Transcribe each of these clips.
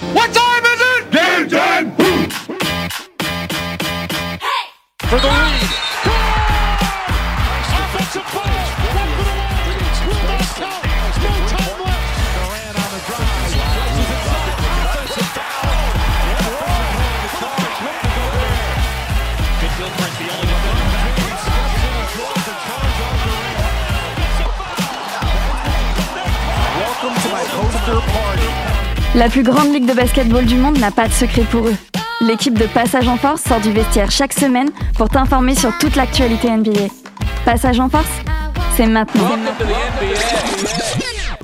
What time is it? Game time! Boom! for the lead. Offensive foul. Right for the line. Will not count. No time left. La plus grande ligue de basketball du monde n'a pas de secret pour eux. L'équipe de Passage en Force sort du vestiaire chaque semaine pour t'informer sur toute l'actualité NBA. Passage en Force, c'est maintenant. Oh.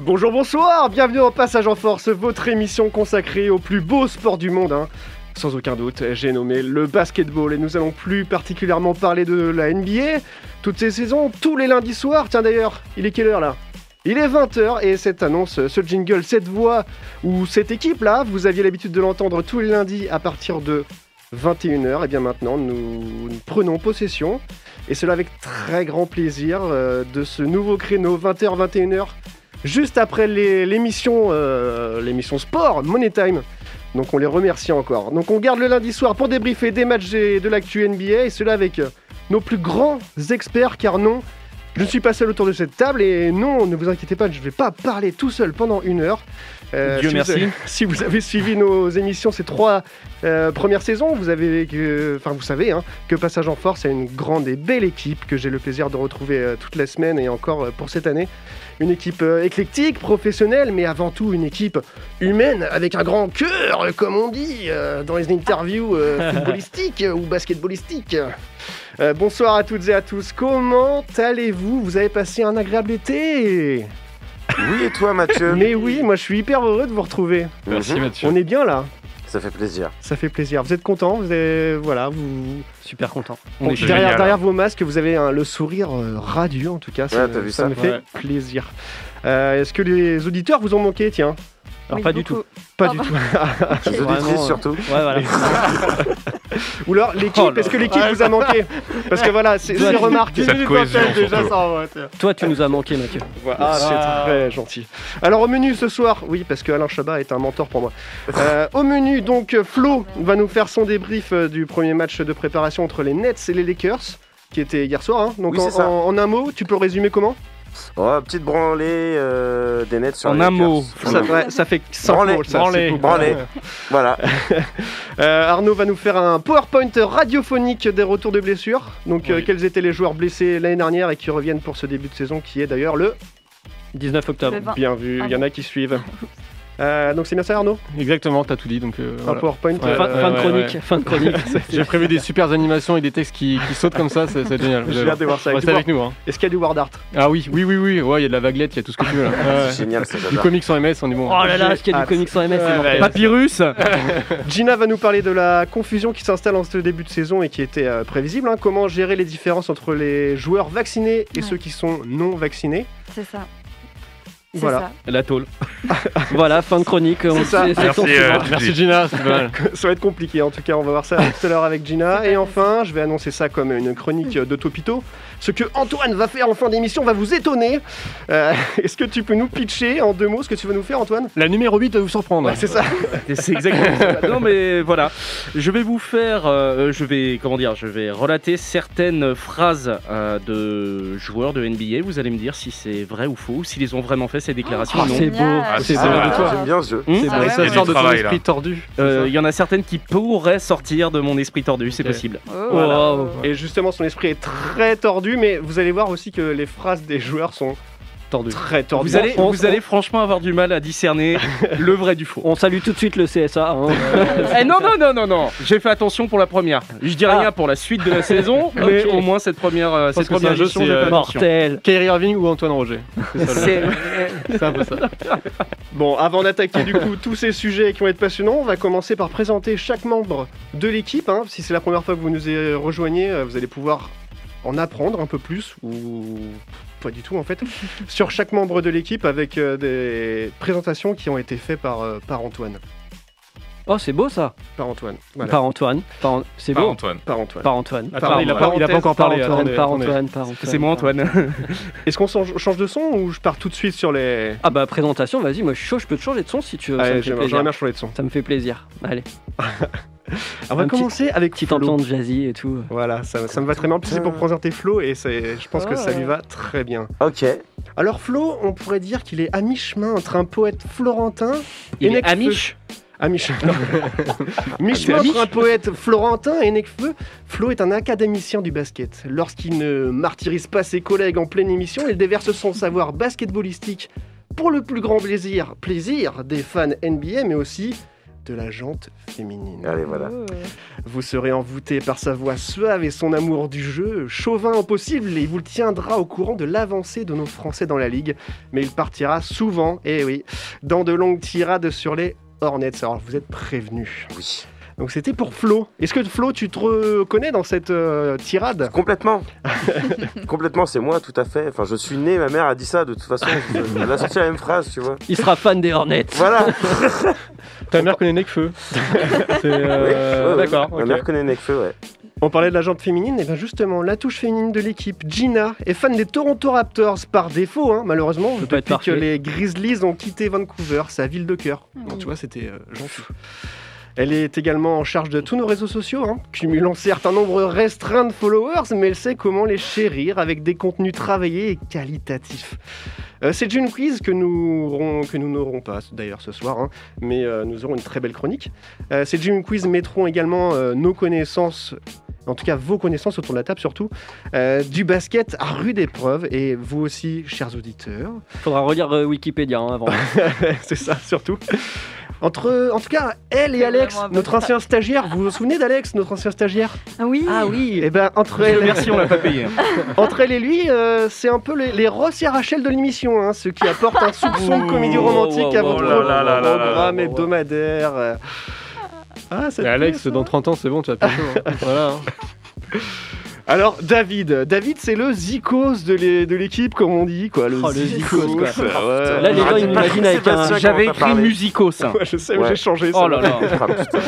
Bonjour, bonsoir, bienvenue en Passage en Force, votre émission consacrée au plus beau sport du monde. hein. Sans aucun doute, j'ai nommé le basketball et nous allons plus particulièrement parler de la NBA. Toutes ces saisons, tous les lundis soirs, tiens d'ailleurs, il est quelle heure là il est 20h et cette annonce, ce jingle, cette voix ou cette équipe là, vous aviez l'habitude de l'entendre tous les lundis à partir de 21h. Et bien maintenant, nous, nous prenons possession et cela avec très grand plaisir euh, de ce nouveau créneau 20h-21h juste après les- l'émission euh, l'émission sport Money Time. Donc on les remercie encore. Donc on garde le lundi soir pour débriefer des matchs et de l'actu NBA et cela avec euh, nos plus grands experts car non, je ne suis pas seul autour de cette table et non, ne vous inquiétez pas, je ne vais pas parler tout seul pendant une heure. Euh, Dieu si merci. Vous avez, si vous avez suivi nos émissions ces trois euh, premières saisons, vous avez, que- enfin vous savez hein, que Passage en Force a une grande et belle équipe que j'ai le plaisir de retrouver euh, toute la semaine et encore euh, pour cette année. Une équipe euh, éclectique, professionnelle, mais avant tout une équipe humaine, avec un grand cœur, euh, comme on dit euh, dans les interviews euh, footballistiques euh, ou basketballistiques. Euh, bonsoir à toutes et à tous, comment allez-vous Vous avez passé un agréable été Oui, et toi, Mathieu Mhm. Mais oui, moi je suis hyper heureux de vous retrouver. Merci Mathieu. On est bien là, Ça fait plaisir. ça fait plaisir. Vous êtes contents Vous avez... Voilà, vous... Super content. On est derrière, génial. hein. derrière vos masques, vous avez un- le sourire euh, radieux en tout cas. ça, Ouais, t'as vu ça ça me fait Ouais. plaisir. Euh, Est-ce que les auditeurs vous ont manqué Tiens, Alors Oui, pas du tout. beaucoup. pas Ah du bah. tout. Les Vraiment, auditrices, euh, surtout. Ouais, voilà. Ou alors l'équipe, Oh là est-ce que là. l'équipe vous a manqué Parce que voilà, c'est Toi, c'est tu- remarque. Cette minutes cohésion, d'antenne, surtout. ça envoie, tiens. Toi, tu nous as manqué, Mathieu. Voilà, Ah, Ah. c'est très gentil. Alors au menu ce soir, oui, parce que Alain Chabat est un mentor pour moi. Euh, au menu, donc, Flo va nous faire son débrief euh, du premier match de préparation entre les Nets et les Lakers, qui était hier soir. hein. Donc Oui, en, c'est ça. en- en un mot, tu peux le résumer comment Oh, petite branlée euh, des nets sur En les un Lakers. mot. ça, ouais, ça fait 5 Branlé, mots, ça, branlé, c'est beaucoup. branlé. Voilà. Euh, Arnaud va nous faire un PowerPoint radiophonique des retours de blessures. Donc, euh, Oui. quels étaient les joueurs blessés l'année dernière et qui reviennent pour ce début de saison, qui est d'ailleurs le 19 octobre. Le vingt. Bien vu, il Ah y en a qui suivent. Euh, donc c'est bien ça Arnaud Exactement, t'as tout dit. Donc, euh, Un voilà. PowerPoint Ouais, fin, euh, ouais, fin de ouais, chronique. Fin de chronique. J'ai prévu des super animations et des textes qui, qui sautent comme ça, ça, ça va être génial. Vous J'ai allez voir. hâte de voir ça avec Restez toi. avec nous. Hein. Est-ce qu'il y a du Word Art Ah oui, oui, oui, oui. Ouais, il y a de la vaguelette, il y a tout ce que tu veux là. Ouais, ouais. C'est génial, ça, Du j'adore. comics en MS, on est bon. Oh là là, ce qu'il y a Hâte. du comics sans MS, c'est mortel. Papyrus Gina va nous parler de la confusion qui s'installe en ce début de saison et qui était euh, prévisible. hein. Comment gérer les différences entre les joueurs vaccinés et Ouais. ceux qui sont non vaccinés C'est ça. C'est Voilà. ça. La tôle. voilà, fin de chronique. On C'est ça. sait- c'est Merci, ton euh, suivant. Merci Gina, c'est pas mal. Ça va être compliqué, en tout cas, on va voir ça tout à l'heure avec Gina. C'est Et pas enfin, je vais annoncer ça comme une chronique euh, de Topito. Ce que Antoine va faire en fin d'émission va vous étonner. Euh, Est-ce que tu peux nous pitcher en deux mots ce que tu vas nous faire, Antoine La numéro 8 va vous surprendre. Ouais, C'est ça. Et C'est exactement ça. Non mais voilà, je vais vous faire, euh, je vais comment dire, je vais relater certaines phrases euh, de joueurs de NBA. Vous allez me dire si c'est vrai ou faux, ou s'ils ont vraiment fait ces déclarations. Oh, ou non. c'est Euh, beau. Ah, c'est ça, bien de ouais. toi. J'aime bien ce jeu. Il C'est ouais, bon, ça ouais. sort de ton Travail, esprit là. tordu. Euh, y en a certaines qui pourraient sortir de mon esprit tordu, c'est Ok. possible. Oh. Wow. Et justement, son esprit est très tordu, mais vous allez voir aussi que les phrases des joueurs sont Tordu. très tordues. Vous allez, On- vous allez franchement avoir du mal à discerner le vrai du faux. On salue tout de suite le CSA. Eh non, non, non, non, non. J'ai fait attention pour la première. Je dis rien pour la suite de la saison, mais au moins cette première, euh, cette pense que première c'est un jeu, édition, c'est, j'ai fait euh, attention. Mortel. Kyrie Irving ou Antoine Roger C'est ça, le- c'est un peu ça. Bon, avant d'attaquer du coup tous ces sujets qui vont être passionnants, on va commencer par présenter chaque membre de l'équipe. hein. Si c'est la première fois que vous nous euh, rejoignez, euh, vous allez pouvoir en apprendre un peu plus ou pas du tout en fait sur chaque membre de l'équipe avec euh, des présentations qui ont été faites par, euh, par Antoine. Oh, c'est beau ça. Par Antoine. Voilà. Par Antoine. Par An- C'est Par beau. Antoine. Par Antoine. Par Antoine. Attends, Par- il a pas, parenthèse, il a pas encore par parlé. Antoine, attendez, Par attendez. Antoine. Par Antoine. C'est moi Antoine. Est-ce qu'on s'en- change de son ou je pars tout de suite sur les. Ah bah présentation, vas-y, moi je suis chaud, je peux te changer de son si tu veux. ça, me Allez, fait j'aimerais plaisir. j'aimerais bien changer de son. ça me fait plaisir. Allez, On va Un petit- commencer avec petit Flo. tampon de jazzy et tout. Voilà, ça, ça me va très bien. En plus, c'est Ah. pour présenter Flo et c'est- je pense que ça lui va très bien. Ok. Alors, Flo, on pourrait dire qu'il est à mi-chemin entre un poète florentin et Il est Necfeu. amiche. À mi-chemin. Non. mi-chemin entre un poète florentin et Necfeu, Flo est un académicien du basket. Lorsqu'il ne martyrise pas ses collègues en pleine émission, il déverse son savoir basketballistique pour le plus grand plaisir, plaisir des fans NBA, mais aussi de la jante féminine. Allez, voilà. Oh. Vous serez envoûté par sa voix suave et son amour du jeu, chauvin au possible, et il vous tiendra au courant de l'avancée de nos Français dans la Ligue. Mais il partira souvent, et oui, dans de longues tirades sur les Hornets. Alors vous êtes prévenus. Oui. Donc c'était pour Flo. Est-ce que Flo, tu te reconnais dans cette euh, tirade Complètement. Complètement, c'est moi, tout à fait. Enfin, je suis né, ma mère a dit ça, de toute façon. Je- Elle a sorti la même phrase, tu vois. Il sera fan des Hornets. Voilà. Ta mère connaît Necfeu. C'est, euh, Ouais, ouais, D'accord. Ma ok. mère connaît Necfeu, ouais. On parlait de la jante féminine, et bien justement, la touche féminine de l'équipe, Gina, est fan des Toronto Raptors par défaut, hein, malheureusement, peut pas être depuis que parfait. les Grizzlies ont quitté Vancouver, sa ville de cœur. Donc tu vois, c'était euh, gentil. Elle est également en charge de tous nos réseaux sociaux, hein, cumulant certes un nombre restreint de followers, mais elle sait comment les chérir avec des contenus travaillés et qualitatifs. Euh, C'est une quiz que nous aurons- que nous n'aurons pas d'ailleurs ce soir, hein, mais euh, nous aurons une très belle chronique. Euh, ces Jim Quiz mettront également euh, nos connaissances, en tout cas vos connaissances autour de la table surtout, euh, du basket à rude épreuve. Et vous aussi, chers auditeurs, Faudra relire euh, Wikipédia hein, avant. c'est ça surtout. Entre, en tout cas, elle et Alex, Vraiment un bon notre ancien stagiaire, vous vous souvenez d'Alex, notre ancien stagiaire Ah oui. oui Et ben, entre, elle, Merci, on l'a pas payé. hein. entre elle et lui, euh, c'est un peu les, les Ross et Rachel de l'émission, hein, ce qui apporte un soupçon de comédie romantique à Oh, votre oh là là là là là programme là là. hebdomadaire. euh. Ah, ça Et te Alex, plaît, ça dans 30 ans, c'est bon, tu vas pécho. hein. Voilà. hein. Alors David, David c'est le zikos de l'é- de l'équipe comme on dit quoi, le Oh, le zikos. zikos, quoi. euh, ouais. Là, les gens, Patrick ils m'imaginent avec un. Sébastien, comment J'avais t'as écrit parlé musico ça. Ouais, je sais, mais Ouais. j'ai changé. ça Oh va. là là. Ah, putain.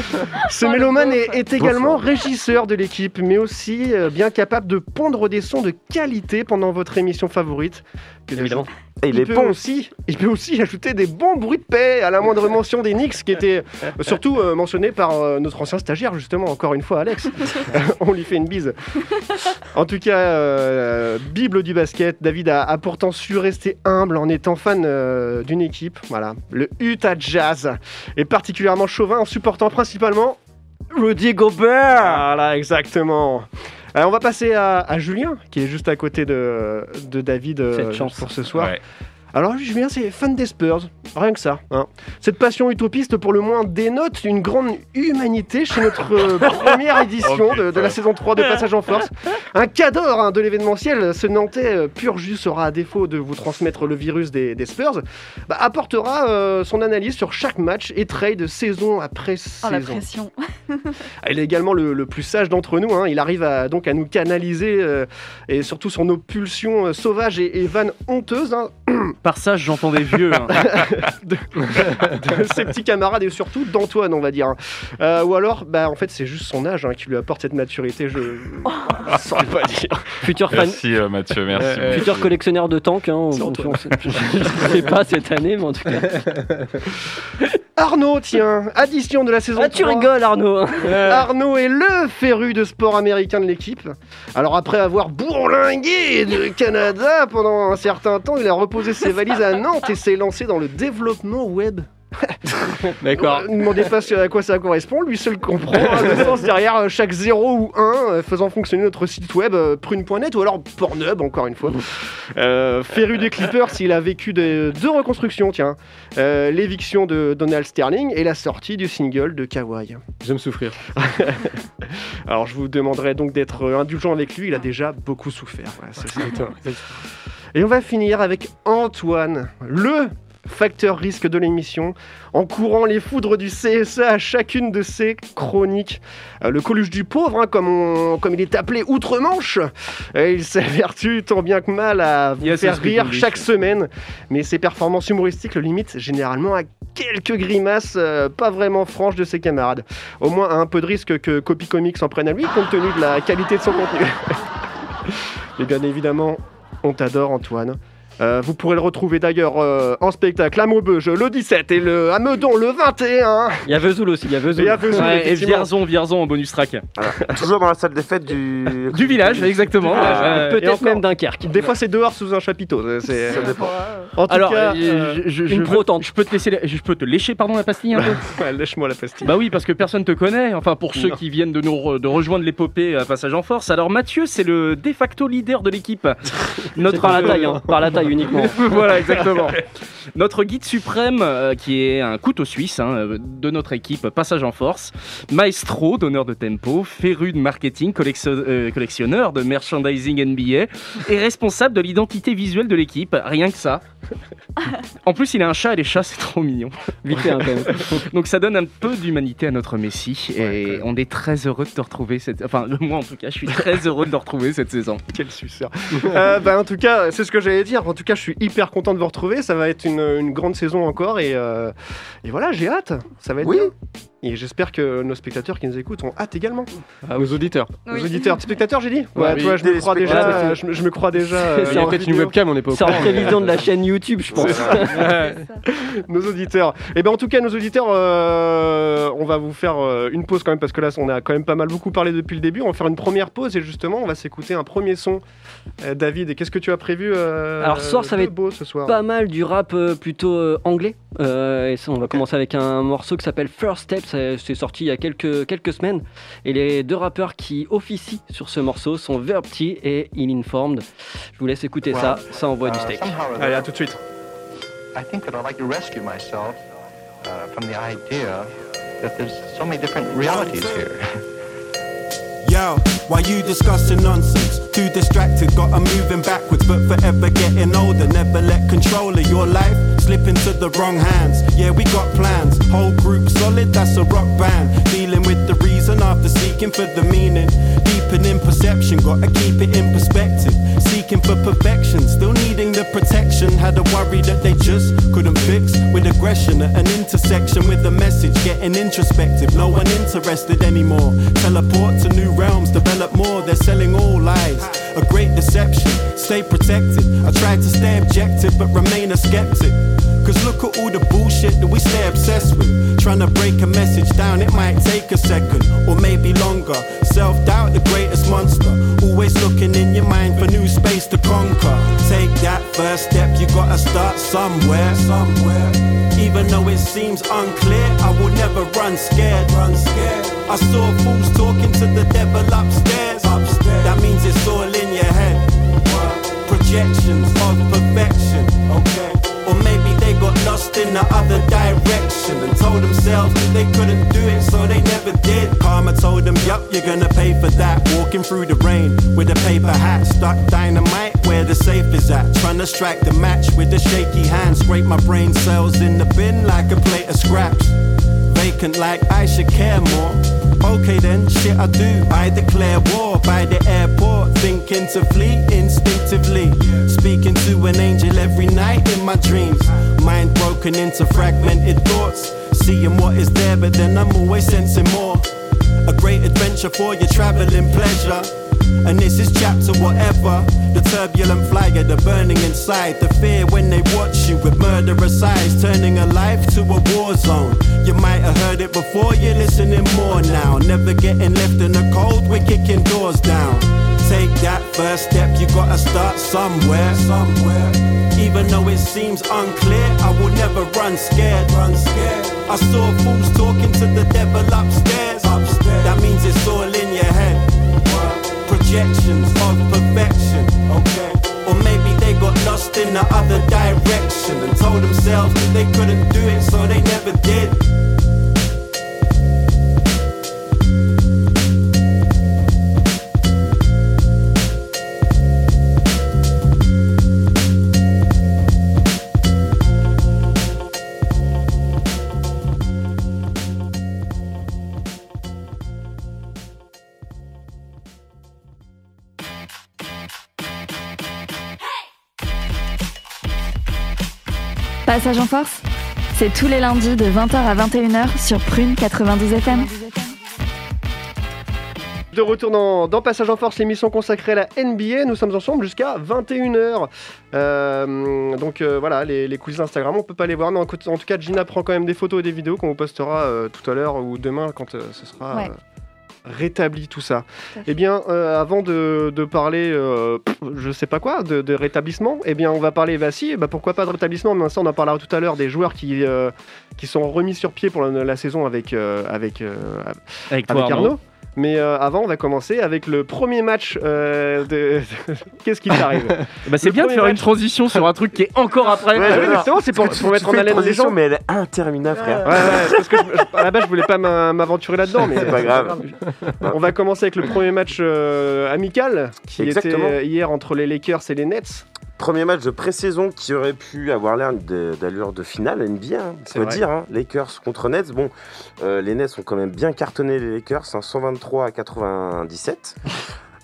Ce Oh, le mélomane pauvre. est, est également Bonsoir. régisseur de l'équipe, mais aussi euh, bien capable de pondre des sons de qualité pendant votre émission favorite. Que de- Évidemment. Et il est peut bon. aussi, il peut aussi ajouter des bons bruits de paix à la moindre mention des Knicks, qui était surtout euh, mentionné par euh, notre ancien stagiaire, justement, encore une fois, Alex. Euh, On lui fait une bise. En tout cas, euh, Bible du basket, David a, a pourtant su rester humble en étant fan euh, d'une équipe, voilà, le Utah Jazz, et particulièrement chauvin en supportant principalement Rudy Gobert. Voilà, exactement. Alors, on va passer à, à Julien, qui est juste à côté de, de David euh, Cette chance. pour ce soir. Alors Julien, c'est fan des Spurs, rien que ça. hein. Cette passion utopiste pour le moins dénote une grande humanité chez notre euh, première édition de, de la saison 3 de Passage en Force. Un cador hein, de l'événementiel, ce Nantais euh, pur jus sera à défaut de vous transmettre le virus des, des Spurs, bah, apportera euh, son analyse sur chaque match et trade saison après Oh la saison. pression. Ah, Il est également le, le plus sage d'entre nous. hein. Il arrive à, donc à nous canaliser euh, et surtout sur nos pulsions euh, sauvages et, et vannes honteuses. hein, Par ça, j'entendais vieux. hein. de ses petits camarades et surtout d'Antoine, on va dire. Euh, ou alors, bah, en fait, c'est juste son âge hein, qui lui apporte cette maturité. Je ne saurais pas dire. Futur fan. Merci euh, Mathieu, merci. Euh, Futur collectionneur de tanks, hein, on, C'est on- Antoine. on sait- je sais pas cette année, mais en tout cas. Arnaud, tiens, addition de la saison. Ah, tu 3. rigoles, Arnaud hein. Arnaud est le féru de sport américain de l'équipe. Alors après avoir bourlingué le Canada pendant un certain temps, il a reposé ses valises à Nantes et s'est lancé dans le développement web. D'accord. Ne demandez pas ce- à quoi ça correspond, lui seul comprend hein, le sens derrière euh, chaque 0 ou 1 euh, faisant fonctionner notre site web euh, prune.net ou alors Pornhub encore une fois. Euh, féru des Clippers, il a vécu de- deux reconstructions, tiens. Euh, L'éviction de Donald Sterling et la sortie du single de Kawhi. J'aime souffrir. Alors je vous demanderai donc d'être euh, indulgent avec lui, il a déjà beaucoup souffert. Voilà, c'est ça. Et on va finir avec Antoine, le facteur risque de l'émission, en courant les foudres du CSA à chacune de ses chroniques. Euh, le coluche du pauvre, hein, comme, on- comme il est appelé outre-Manche, euh, il s'évertue tant bien que mal à vous Yes, faire yes, we rire English. chaque semaine, mais ses performances humoristiques le limitent généralement à quelques grimaces euh, pas vraiment franches de ses camarades. Au moins à un peu de risque que Copy Comics s'en prenne à lui, compte tenu de la qualité de son contenu. Et bien évidemment, on t'adore Antoine. Euh, vous pourrez le retrouver d'ailleurs euh, en spectacle à Maubeuge le 17 et le, à Meudon le 21. Il y a Vesoul aussi, il y a Vesoul. Et à Vesoul, Ouais, et effectivement. Vierzon, Vierzon en bonus track. Toujours dans la salle des fêtes du. Du village, exactement. Euh, Ah, Ouais, ouais. et Peut-être encore- même Dunkerque. Des fois, c'est dehors sous un chapiteau. c'est- Ça c'est- dépend. En tout Alors, cas, euh, euh, je, je- une je pro peux, tente. je peux te laisser, la- je peux te lécher pardon la pastille un peu. ouais, lâche-moi la pastille. bah oui, parce que personne te connaît. Enfin, pour ceux Non. qui viennent de nous re- de rejoindre l'épopée à passage en force. Alors Mathieu, c'est le de facto leader de l'équipe. Notre par la taille, hein, par la taille uniquement. voilà, exactement. Notre guide suprême, euh, qui est un couteau suisse hein, euh, de notre équipe Passage en Force, maestro, donneur de tempo, féru de marketing, collectio- euh, collectionneur de merchandising NBA et responsable de l'identité visuelle de l'équipe. Rien que ça. En plus, il a un chat et les chats, c'est trop mignon. Vite fait, hein, quand même. Donc ça donne un peu d'humanité à notre Messi et on est très heureux de te retrouver. Cette... Enfin, moi en tout cas, je suis très heureux de te retrouver cette saison. Quel suceur. Euh, bah, en tout cas, c'est ce que j'allais dire. En tout cas, je suis hyper content de vous retrouver. Ça va être une, une grande saison encore. Et, euh, et voilà, j'ai hâte. Ça va être Oui. bien. Et j'espère que nos spectateurs qui nous écoutent ont hâte également. Ah, Aux auditeurs. Nos Oui. auditeurs. Spectateurs, j'ai dit Ouais, Ouais, oui. toi, je me crois déjà. Téléspectateurs. euh, je, me- je me crois déjà. euh, Il y a peut-être une vidéo. webcam, on n'est pas au C'est en courant. euh, prévision de la chaîne YouTube, je pense. nos auditeurs. Et ben en tout cas, nos auditeurs, euh, on va vous faire euh, une pause quand même parce que là, on a quand même pas mal beaucoup parlé depuis le début. On va faire une première pause et justement, on va s'écouter un premier son. Euh, David, et qu'est-ce que tu as prévu euh, Alors, ce soir, ça va de être beau ce soir. Pas mal du rap euh, plutôt euh, anglais. Euh, et ça, on va commencer avec un morceau qui s'appelle First Step. Ça- C'est sorti il y a quelques, quelques semaines. Et les deux rappeurs qui officient sur ce morceau sont Verbty et Ininformed. Je vous laisse écouter ça. Ça envoie Euh, du steak. Allez, à tout de suite. I think that I'd like to rescue myself uh, from the idea that there's so many different realities Ah, here. Yo, why you discussing nonsense? Too distracted, got I'm moving backwards, but forever getting older. Never let control of your life slip into the wrong hands. Yeah, we got plans. Whole group solid, that's a rock band. Dealing with the reason after seeking for the meaning. Deepening perception, gotta keep it in perspective. Seeking for perfection, still needing the protection. Had a worry that they just couldn't fix with aggression at an intersection with a message. Getting introspective, no one interested anymore. Teleport to new realms, develop more. They're selling all lies. A great deception, stay protected. I tried to stay objective, but remain a skeptic. Cause look at all the bullshit that we stay obsessed with. Trying to break a message down, it might take a second, or maybe longer. Self doubt, the greatest monster. Always looking in your mind for new space to conquer. Take that first step, you gotta start somewhere, somewhere. Even though it seems unclear, I will never run scared. Run scared. I saw fools talking to the devil upstairs. upstairs. That means it's all in your head. Projections of perfection. Okay. Or maybe they got lost in the other direction and told themselves that they couldn't do it, so they never did. Karma told them, yup, you're gonna pay for that. Walking through the rain with a paper hat, stuck dynamite where the safe is at. Trying to strike the match with a shaky hand, scrape my brain cells in the bin like a plate of scraps. Vacant like I should care more. Okay then, shit I do. I declare war by the airport, thinking to flee instinctively. Speaking to an angel every night in my dreams. Mind broken into fragmented thoughts. Seeing what is there, but then I'm always sensing more. A great adventure for your traveling pleasure. And this is chapter whatever. The turbulent flyer, the burning inside. The fear when they watch you with murderous eyes. Turning a life to a war zone. You might have heard it before, you're listening more now. Never getting left in the cold, we're kicking doors down. Take that first step, you gotta start somewhere, somewhere. Even though it seems unclear, I will never run scared. Run scared. I saw fools talking to the devil upstairs. upstairs. That means it's all in your head. Projections of perfection. Okay. Or maybe they got lost in the other direction and told themselves that they couldn't do it, so they never did. Passage en force, c'est tous les lundis de 20h à 21h sur Prune 92 FM. De retour dans, dans Passage en Force, l'émission consacrée à la NBA. Nous sommes ensemble jusqu'à 21h. Euh, donc euh, voilà, les, les quiz Instagram, on peut pas les voir, mais en, en tout cas, Gina prend quand même des photos et des vidéos qu'on vous postera euh, tout à l'heure ou demain quand euh, ce sera. Ouais. euh, rétabli tout ça. Eh bien, euh, avant de, de parler, euh, pff, je sais pas quoi, de, de rétablissement, eh bien, on va parler, bah si, eh ben, pourquoi pas de rétablissement, mais ça, on en parlera tout à l'heure des joueurs qui, euh, qui sont remis sur pied pour la, la saison avec, euh, avec, euh, Avec toi, Arnaud. Mais euh, avant, on va commencer avec le premier match euh, de. Qu'est-ce qui t'arrive Bah, c'est Le bien de premier faire une match- transition sur un truc qui est encore après. Ouais, ouais, justement, c'est pour, Parce que pour tu- mettre tu en fais une haleine les transition, gens. mais elle est interminable, frère. Ouais, ouais, parce que je, je- à la base, je voulais pas m'a- m'aventurer là-dedans, mais C'est pas grave. On va commencer avec le premier match euh, amical qui Exactement. était euh, hier entre les Lakers et les Nets. Premier match de pré-saison qui aurait pu avoir l'air de- d'allure de finale NBA, hein, C'est faut vrai. dire. hein. Lakers contre Nets. Bon, euh, les Nets ont quand même bien cartonné les Lakers, hein, 123 à 97.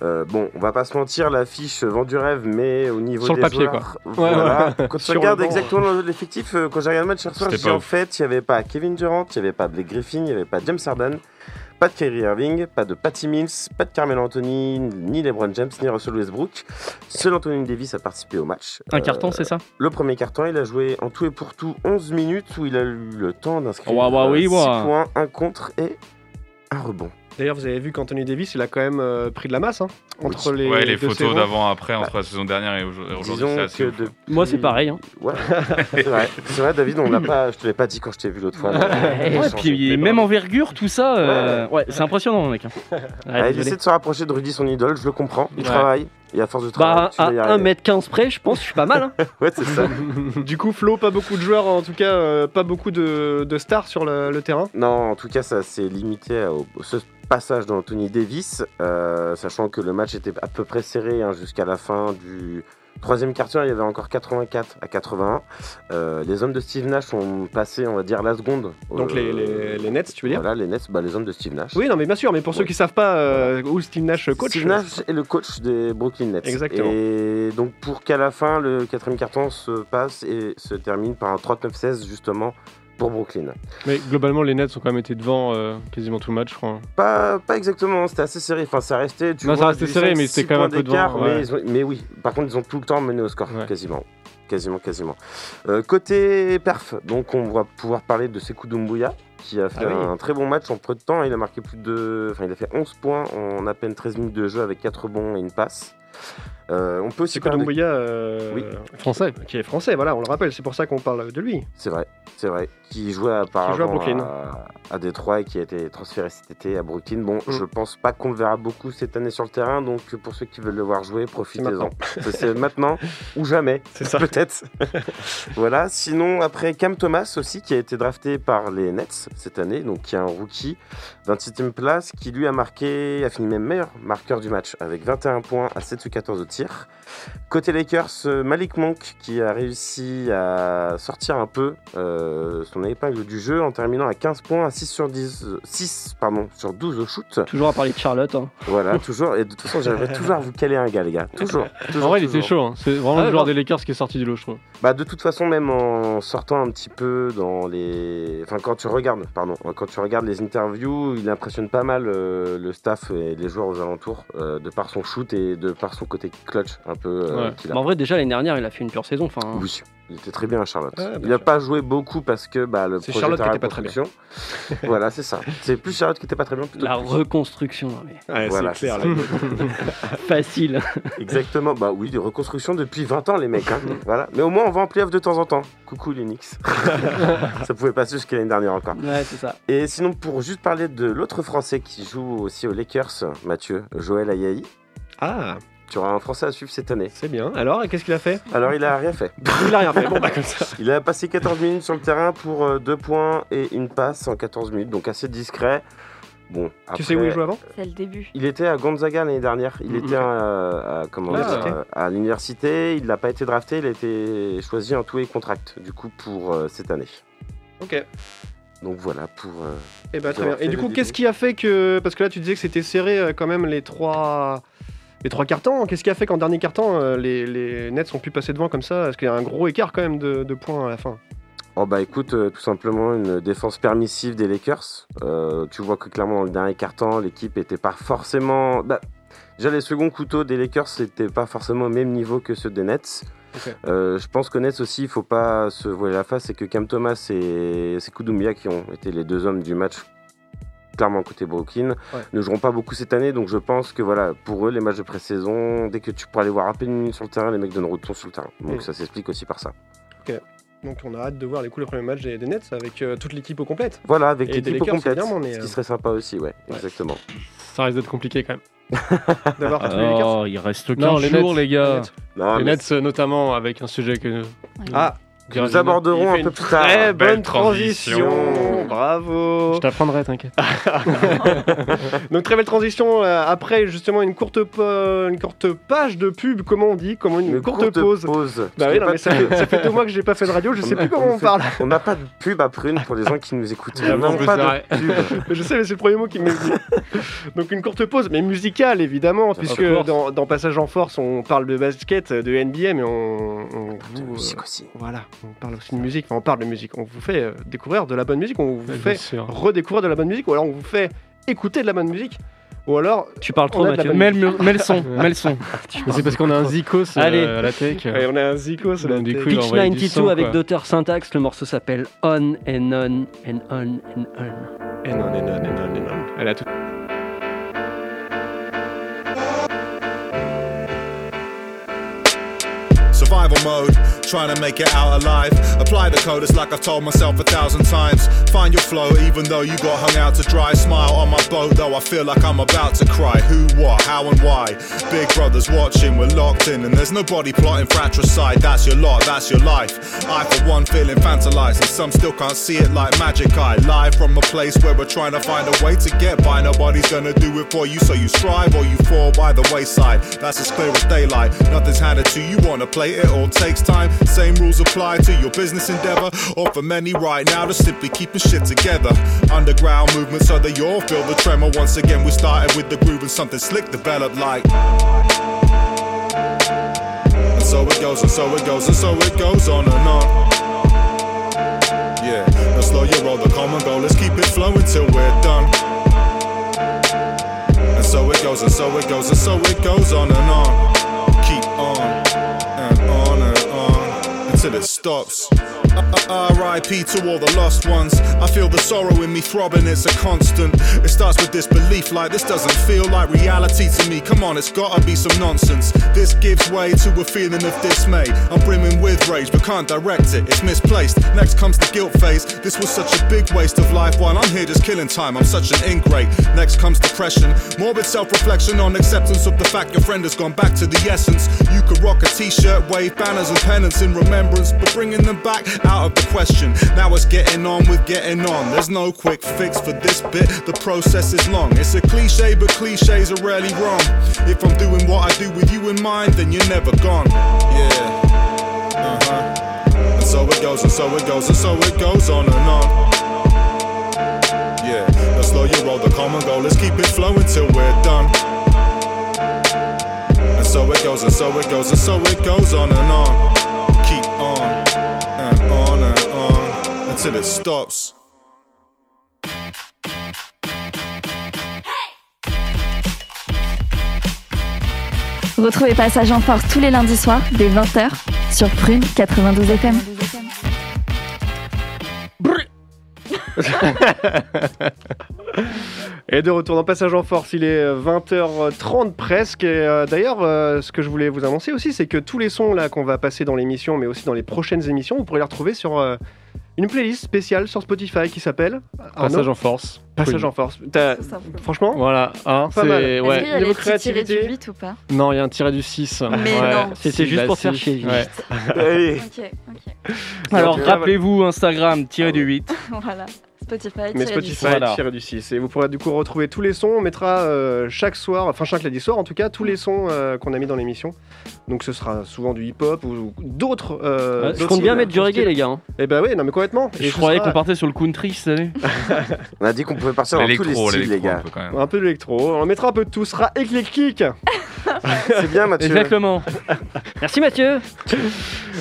Euh, bon, on va pas se mentir, l'affiche vend du rêve, mais au niveau Sur le des papier, joueurs, quoi. Ouais, voilà. ouais. Quand tu Sur le regardes banc, exactement l'enjeu de l'effectif, euh, quand j'ai regardé le match hier soir, C'était j'ai dit, pas en ouf. fait, il n'y avait pas Kevin Durant, il n'y avait pas Blake Griffin, il n'y avait pas James Harden, pas de Kyrie Irving, pas de Patty Mills, pas de Carmelo Anthony, ni LeBron James, ni Russell Westbrook. Seul Anthony Davis a participé au match. Euh, Un carton, c'est ça Le premier carton, il a joué en tout et pour tout 11 minutes où il a eu le temps d'inscrire Ouah, ouah, oui, 6 ouah. Euh, points, un contre et un rebond. D'ailleurs, vous avez vu qu'Anthony Davis, il a quand même euh, pris de la masse hein, entre les. ouais, les deux photos saisons. d'avant, après, Bah, entre la saison dernière et aujourd'hui, Disons c'est assez que ouf. de- Moi, c'est pareil. hein. Ouais, c'est vrai. C'est vrai, David, on l'a pas, je te l'ai pas dit quand je t'ai vu l'autre fois. Ouais, On a changé. puis même envergure, tout ça, euh, ouais, c'est impressionnant, mec. hein. Ouais, Ah, il désolé. essaie de se rapprocher de Rudy, son idole, je le comprends. Il Ouais. travaille. Et à force de travail, Bah, tu à vas y arriver. 1m15 près, je pense, je suis pas mal. hein. Ouais, c'est ça. Du coup, Flo, pas beaucoup de joueurs, en tout cas, euh, pas beaucoup de, de stars sur le, le terrain. Non, en tout cas, ça s'est limité à au- ce passage d'Anthony Davis, euh, sachant que le match était à peu près serré hein, jusqu'à la fin du troisième quart d'heure. Il y avait encore 84 à 81. Euh, les hommes de Steve Nash ont passé, on va dire, la seconde. Donc les- les- Nets, tu veux dire Voilà, les Nets, bah, les hommes de Steve Nash. Oui, non, mais bien sûr, mais pour ceux qui savent pas euh, où Steve Nash coach. Steve Nash est le coach des Brooklyn Nets. Exactement. Et donc pour qu'à la fin, le quatrième carton se passe et se termine par un 39-16 justement pour Brooklyn. Mais globalement, les Nets ont quand même été devant euh, quasiment tout le match, je crois. Pas, pas exactement, c'était assez serré. Enfin, ça restait. Tu Non, ça vois, restait du serré, cinq, mais c'était six quand même un points peu devant, d'écart, mais, ouais. ils ont- mais oui, par contre, ils ont tout le temps mené au score, quasiment. Quasiment, quasiment. Euh, côté perf, donc on va pouvoir parler de Sekou Doumbouya, qui a fait Ah oui. un très bon match en peu de temps. Il a marqué plus de. Enfin, il a fait 11 points en à peine 13 minutes de jeu avec 4 bons et une passe. Euh, on peut aussi C'est Kodou parler de- Mbuya, euh, Oui. français. Qui est français, voilà, on le rappelle, c'est pour ça qu'on parle de lui. C'est vrai, c'est vrai. Qui jouait apparemment Brooklyn. à, à Détroit et qui a été transféré cet été à Brooklyn. Bon, je pense pas qu'on le verra beaucoup cette année sur le terrain, donc pour ceux qui veulent le voir jouer, profitez-en. maintenant. C'est- C'est maintenant ou jamais, peut-être. voilà, sinon après Cam Thomas aussi qui a été drafté par les Nets cette année, donc qui est un rookie 27e place qui lui a marqué, a fini même meilleur marqueur du match avec 21 points à 7 sur 14 au tir. Côté Lakers, euh, Malik Monk qui a réussi à sortir un peu euh, son épingle du jeu en terminant à 15 points à 6 sur 10 euh, 6 pardon, sur 12 au shoot. Toujours à parler de Charlotte. hein. Voilà, toujours et de toute façon, j'arriverai toujours à vous caler un gars les gars, toujours. toujours en vrai, il était toujours. chaud. hein. C'est vraiment Ah ouais, le genre grave. des Lakers qui est sorti du lot, je trouve. Bah de toute façon, même en sortant un petit peu dans les, enfin quand tu regardes, pardon, quand tu regardes les interviews, il impressionne pas mal euh, le staff et les joueurs aux alentours euh, de par son shoot et de par son côté clutch un peu. euh, Ouais. qu'il a. Bah, en vrai, déjà, l'année dernière, il a fait une pure saison. Enfin, Oui, il était très bien à Charlotte. Ouais, bien il n'a pas joué beaucoup parce que bah, le C'est projet Charlotte qui Terra était pas très bien. Construction. voilà, c'est ça. C'est plus Charlotte qui était pas très bien. plutôt La plus. reconstruction. hein, mais- Voilà, c'est ça. Facile. Exactement, bah oui, des reconstructions depuis 20 ans, les mecs. hein. voilà. Mais au moins, on va en playoff de temps en temps. Coucou Linux. ça pouvait passer jusqu'à l'année dernière encore. Ouais, c'est ça. Et sinon, pour juste parler de l'autre Français qui joue aussi aux Lakers, Mathieu, Joël Ayayi. Ah Tu auras un Français à suivre cette année. C'est bien. Alors, et qu'est-ce qu'il a fait Alors, il a rien fait. Il a rien fait, bon bah comme ça. Il a passé 14 minutes sur le terrain pour 2 points et une passe en 14 minutes, donc assez discret. Bon, Tu sais où il après- joue avant C'est le début. Il était à Gonzaga l'année dernière. Il Mm-hmm. était à, à- comment dire, L'université. à- à l'université. Il n'a pas été drafté. Il a été choisi en tout et contract, du coup, pour euh, cette année. Ok. Donc voilà pour. euh, Et vous bah très bien. avoir Et fait du le coup, début. qu'est-ce qui a fait que. Parce que là, tu disais que c'était serré euh, quand même les trois. Les trois cartons, qu'est-ce qui a fait qu'en dernier carton, euh, les, les Nets ont pu passer devant comme ça Parce qu'il y a un gros écart quand même de, de points à la fin. Oh bah écoute, euh, tout simplement une défense permissive des Lakers. Euh, tu vois que clairement dans le dernier quart-temps, l'équipe était pas forcément... bah, déjà les seconds couteaux des Lakers n'étaient pas forcément au même niveau que ceux des Nets. Ok. Euh, je pense qu'au Nets aussi, il faut pas se voiler la face, c'est que Cam Thomas et Sekou Doumbia, qui ont été les deux hommes du match clairement côté Brooklyn, Ouais. ne joueront pas beaucoup cette année. Donc je pense que voilà, pour eux, les matchs de pré-saison, dès que tu pourras les voir à peine une minute sur le terrain, les mecs donneront ton sur le terrain. Donc Mm. ça s'explique aussi par ça. Ok. Donc on a hâte de voir les coups le premier match des, des Nets avec euh, toute l'équipe au complète. Voilà, avec Et des l'équipe Lakers, au complète, évidemment, mais, ce euh, qui serait sympa aussi, ouais, exactement. Ça risque d'être compliqué quand même. D'avoir tous les Oh, Lakers. il reste Non, 15 les jours, Nets, les gars. Nets. Non, les mais- Nets, euh, notamment, avec un sujet que nous, Ah, que nous aborderons un peu plus tard. Très Belle bonne transition. transition. Bravo. Je t'apprendrai, t'inquiète. Donc très belle transition euh, après justement une courte pa- une courte page de pub comment on dit comment une, courte, pause. Bah Parce oui, qu'il non, y a mais pas ça, de- fait, ça fait deux mois que j'ai pas fait de radio je sais a- plus comment on fait- parle. On n'a pas de pub à prune pour les gens qui nous écoutent. Ah, Nous n'avons bon, pas c'est de vrai. pub. je sais, mais c'est le premier mot qui me vient. Donc une courte pause, mais musicale évidemment, puisque course. dans, dans Passage en Force, on parle de basket, de NBA, mais on, on vous, euh, Voilà, on parle aussi de musique. Enfin, on parle de musique. On vous fait euh, découvrir de la bonne musique. On vous Ouais, bien fait sûr. redécouvrir de la bonne musique, ou alors on vous fait écouter de la bonne musique, ou alors Tu parles trop, on a de la Mathieu. bonne Mets le- musique. mets le son, mets le son. Mais c'est parce qu'on a un Zikos euh, Allez. à la tech. Ouais, on a un Zico, c'est la Donc, du tech. coup, il a Pitch envoyé du 92 son, avec quoi. d'auteur syntaxe, le morceau s'appelle On and On and On and On. Et non, et non, et non, et non. Elle a tout. Survival mode, trying to make it out alive. Apply the code, it's like I've told myself a thousand times. Find your flow, even though you got hung out to dry. Smile on my boat, though I feel like I'm about to cry. Who, what, how, and why? Big brother's watching, we're locked in, and there's nobody plotting fratricide. That's your lot, that's your life. I, for one, feel infantilized, and some still can't see it like magic eye. Live from a place where we're trying to find a way to get by. Nobody's gonna do it for you, so you strive or you fall by the wayside. That's as clear as daylight. Nothing's handed to you on a plate, it all takes time. Same rules apply to your business endeavor, or for many right now to simply keeping shit together. Underground movement, so they all feel the tremor. Once again, we started with the groove and something slick developed like. And so it goes, and so it goes, and so it goes on and on. Yeah, now slow your roll, the common goal. Let's keep it flowing till we're done. And so it goes, and so it goes, and so it goes on and on. Keep on and on and on until it stops. R.I.P. to all the lost ones. I feel the sorrow in me throbbing, it's a constant. It starts with disbelief, like this doesn't feel like reality to me. Come on, it's gotta be some nonsense. This gives way to a feeling of dismay. I'm brimming with rage, but can't direct it, it's misplaced. Next comes the guilt phase. This was such a big waste of life while I'm here just killing time. I'm such an ingrate. Next comes depression, morbid self reflection on acceptance of the fact your friend has gone back to the essence. You could rock a t shirt, wave banners and pennants in remembrance, but bringing them back out of the question. Now it's getting on with getting on. There's no quick fix for this bit, the process is long. It's a cliche, but cliches are rarely wrong. If I'm doing what I do with you in mind, then you're never gone. Yeah. Uh huh. And so it goes, and so it goes, and so it goes on and on. Yeah, now slow your roll, the common goal. Let's keep it flowing till we're done. And so it goes, and so it goes, and so it goes on and on. Keep on and on and on until it stops. Retrouvez Passage en Force tous les lundis soirs dès 20h sur Prune 92 FM. Et de retour dans Passage en Force, il est 20h30 presque. Et euh, d'ailleurs, euh, ce que je voulais vous annoncer aussi, c'est que tous les sons là qu'on va passer dans l'émission, mais aussi dans les prochaines émissions, vous pourrez les retrouver sur euh, une playlist spéciale sur Spotify qui s'appelle euh, Arnaud Passage en force. Passage en Force. T'as- Franchement Voilà, hein, Pas c'est- mal. ouais. Est-ce euh, qu'il y a les Niveau petits tirés créativité. du 8 ou pas Non, il y a un tiré du 6. Mais non. C'était bah juste pour faire chier, Euh, Ok, ok. Alors Donc, rappelez-vous Instagram tiré du 8. voilà. Spotify, tiré Mais du Spotify six. Voilà. tiré du 6. Et vous pourrez du coup retrouver tous les sons. On mettra euh, chaque soir, enfin chaque lundi soir en tout cas, tous les sons euh, qu'on a mis dans l'émission. Donc ce sera souvent du hip-hop ou, ou d'autres. euh, Ouais, je d'autres compte bien styles. mettre du reggae, les gars, hein. Eh ben oui, non mais complètement. Je croyais qu'on partait partait sur le country, cette année. On a dit qu'on pouvait partir dans tous les styles, les gars. Un peu d'électro, on mettra un peu de tout, ce sera éclectique. C'est bien, Mathieu. Exactement. Merci Mathieu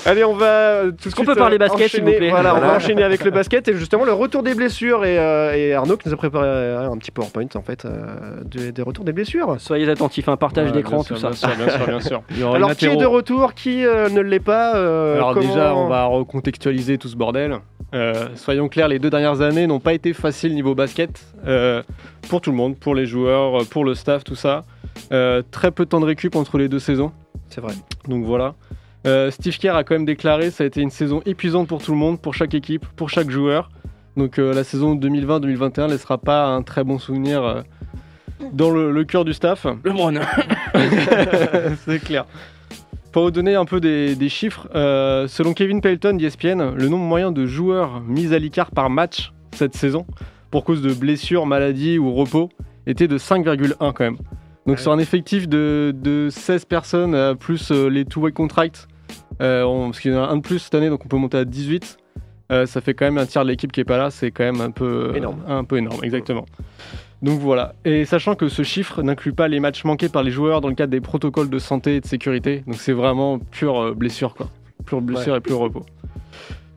Allez, on va tout de Est-ce suite. qu'on peut parler euh, basket, s'il vous enchaîner- plaît Voilà, on va Voilà. enchaîner avec le basket et justement le retour des blessures. Et, euh, et Arnaud qui nous a préparé euh, un petit PowerPoint en fait euh, des, des retours des blessures. Soyez attentifs, un partage Ouais, d'écran, bien tout sûr, ça. bien sûr, bien sûr, bien sûr. Il y aura Alors, une qui est de interro. retour, qui euh, ne l'est pas Alors Euh, comment- déjà, on va recontextualiser tout ce bordel. Euh, soyons clairs, les deux dernières années n'ont pas été faciles niveau basket euh, pour tout le monde, pour les joueurs, euh, pour le staff, tout ça. Euh, très peu de temps de récup entre les deux saisons. C'est vrai. Donc voilà. Euh, Steve Kerr a quand même déclaré ça a été une saison épuisante pour tout le monde, pour chaque équipe, pour chaque joueur. Donc euh, la saison 2020-2021 laissera pas un très bon souvenir euh, dans le, le cœur du staff. Le C'est clair. Pour vous donner un peu des, des chiffres, euh, selon Kevin Pelton d'ESPN, le nombre moyen de joueurs mis à l'écart par match cette saison, pour cause de blessures, maladies ou repos, était de 5,1 quand même. Donc sur un effectif de, de 16 personnes, euh, plus euh, les two-way contracts, euh, on- parce qu'il y en a un de plus cette année, donc on peut monter à 18. Euh, ça fait quand même un tiers de l'équipe qui est pas là, c'est quand même un peu Énorme. Un peu énorme, exactement. Donc voilà. Et sachant que ce chiffre n'inclut pas les matchs manqués par les joueurs dans le cadre des protocoles de santé et de sécurité, donc c'est vraiment pure euh, blessure quoi, pure blessure Ouais. et pure repos.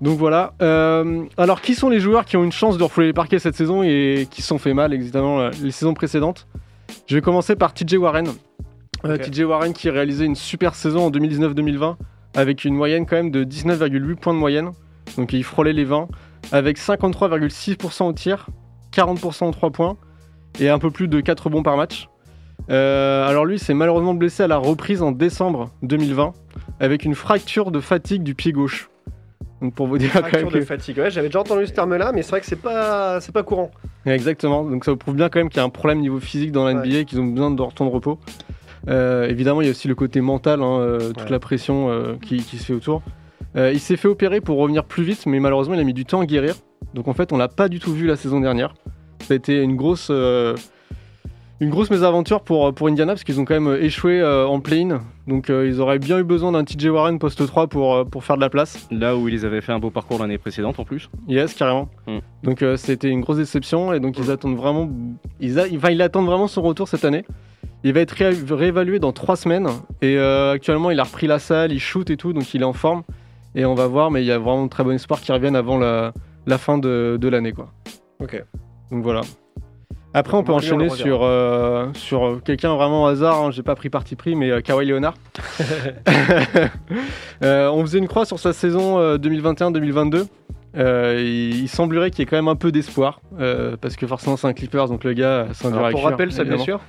Donc voilà. Euh, alors qui sont les joueurs qui ont une chance de refouler les parquets cette saison et qui se sont fait mal évidemment euh, les saisons précédentes Je vais commencer par TJ Warren. Euh, Ok. TJ Warren qui réalisait une super saison en 2019-2020 avec une moyenne quand même de 19,8 points de moyenne. Donc il frôlait les 20 avec 53,6% au tir, 40% en 3 points et un peu plus de 4 bons par match. Euh, alors lui s'est malheureusement blessé à la reprise en décembre 2020 avec une fracture de fatigue du pied gauche. Donc pour vous dire quand même Fracture de que- fatigue. Ouais, j'avais déjà entendu ce terme-là, mais c'est vrai que c'est pas, c'est pas courant. Exactement, donc ça vous prouve bien quand même qu'il y a un problème niveau physique dans la NBA, qu'ils ont besoin de leur temps de repos. Euh, évidemment, il y a aussi le côté mental, hein, euh, toute la pression euh, qui, qui se fait autour. Euh, il s'est fait opérer pour revenir plus vite, mais malheureusement, il a mis du temps à guérir. Donc en fait, on l'a pas du tout vu la saison dernière. Ça a été une grosse, euh, une grosse mésaventure pour, pour Indiana, parce qu'ils ont quand même échoué euh, en play-in. Donc euh, ils auraient bien eu besoin d'un TJ Warren poste 3 pour, euh, pour faire de la place. Là où ils avaient fait un beau parcours l'année précédente en plus. Yes, carrément. Mm. Donc euh, c'était une grosse déception et donc ils attendent vraiment, ils, a- enfin, ils attendent vraiment son retour cette année. Il va être ré- réévalué dans trois semaines et euh, actuellement il a repris la salle, il shoot et tout, donc il est en forme et on va voir. Mais il y a vraiment de très bon espoir qu'il revienne avant la, la fin de, de l'année quoi. Ok. Donc voilà. Après on peut Marqué, on le enchaîner redira. sur euh, sur euh, quelqu'un vraiment au hasard. hein, J'ai pas pris parti pris mais euh, Kawhi Leonard. Euh, on faisait une croix sur sa saison euh, 2021-2022. Euh, il, il semblerait qu'il y ait quand même un peu d'espoir euh, parce que forcément c'est un Clippers donc le gars euh, c'est un dur Alors, à pour cuire, rappel, sa évidemment. blessure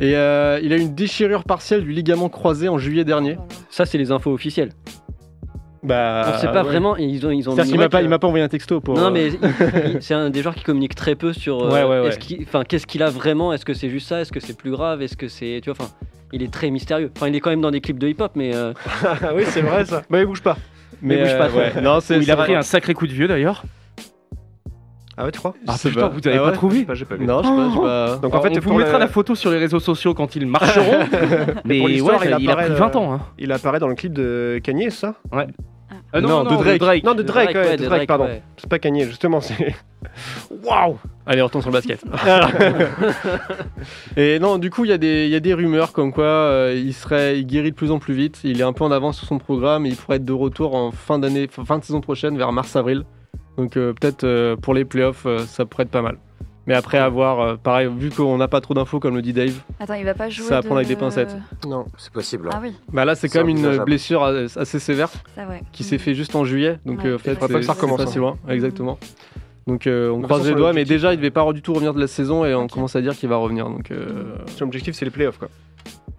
Et euh, il a eu une déchirure partielle du ligament croisé en juillet dernier. Ça c'est les infos officielles. Ah, Bah, on sait pas ouais. vraiment. Ils ont, ils ont. mis C'est-à-dire qu'il le m'a mec, pas, euh, il m'a pas envoyé un texto pour. Non, euh, mais il- il- c'est un des joueurs qui communique très peu sur. euh, Ouais, ouais, est-ce ouais. qu'il- Enfin, qu'est-ce qu'il a vraiment Est-ce que c'est juste ça Est-ce que c'est plus grave Est-ce que c'est. Tu vois, enfin, il est très mystérieux. Enfin, il est quand même dans des clips de hip-hop, mais. euh, Ah oui, c'est vrai ça. Bah, il bouge pas. Mais euh, bouge pas, ouais. toi. Non, c'est- Ou il c'est a pris vrai. un Sacré coup de vieux d'ailleurs. Ah ouais, tu crois Ah, putain, vous avez pas trouvé Non, je sais pas, je sais pas. Donc en fait, Ah, on vous mettra la photo sur les réseaux sociaux quand ils marcheront. mais pour ouais, l'histoire, il, a apparaît, pris euh, 20 ans. hein. Il apparaît dans le clip de Kanye, c'est ça Ouais. Ah Euh, non, non, non, de non, de Drake. Drake. Non, de De Drake, Drake, ouais, ouais, de de Drake, Drake, pardon. ouais. C'est pas Kanye, justement, c'est. Waouh Allez, on retourne sur le basket. Et non, du coup, il y, a des- il y a des rumeurs comme quoi euh, il serait, il guérit de plus en plus vite. Il est un peu en avance sur son programme. Et il pourrait être de retour en fin d'année, fin- fin de saison prochaine, vers mars-avril. Donc euh, peut-être euh, pour les playoffs, euh, ça pourrait être pas mal. Mais après avoir, pareil, vu qu'on n'a pas trop d'infos, comme le dit Dave, Attends, il va pas jouer. ça va prendre avec de- des pincettes. Non, c'est possible. hein. Ah oui. Bah là, c'est C'est quand même une envisageable. blessure as- assez sévère Ça, ouais. qui s'est fait juste en juillet. Donc Ouais, Mm. euh, en fait, c'est pas c'est que ça c'est recommence, pas si hein. loin. Exactement. Donc euh, on toute croise façon, les sur doigts, mais déjà il devait pas du tout revenir de la saison et on commence à dire qu'il va revenir. Donc euh, Son objectif, c'est les playoffs, quoi.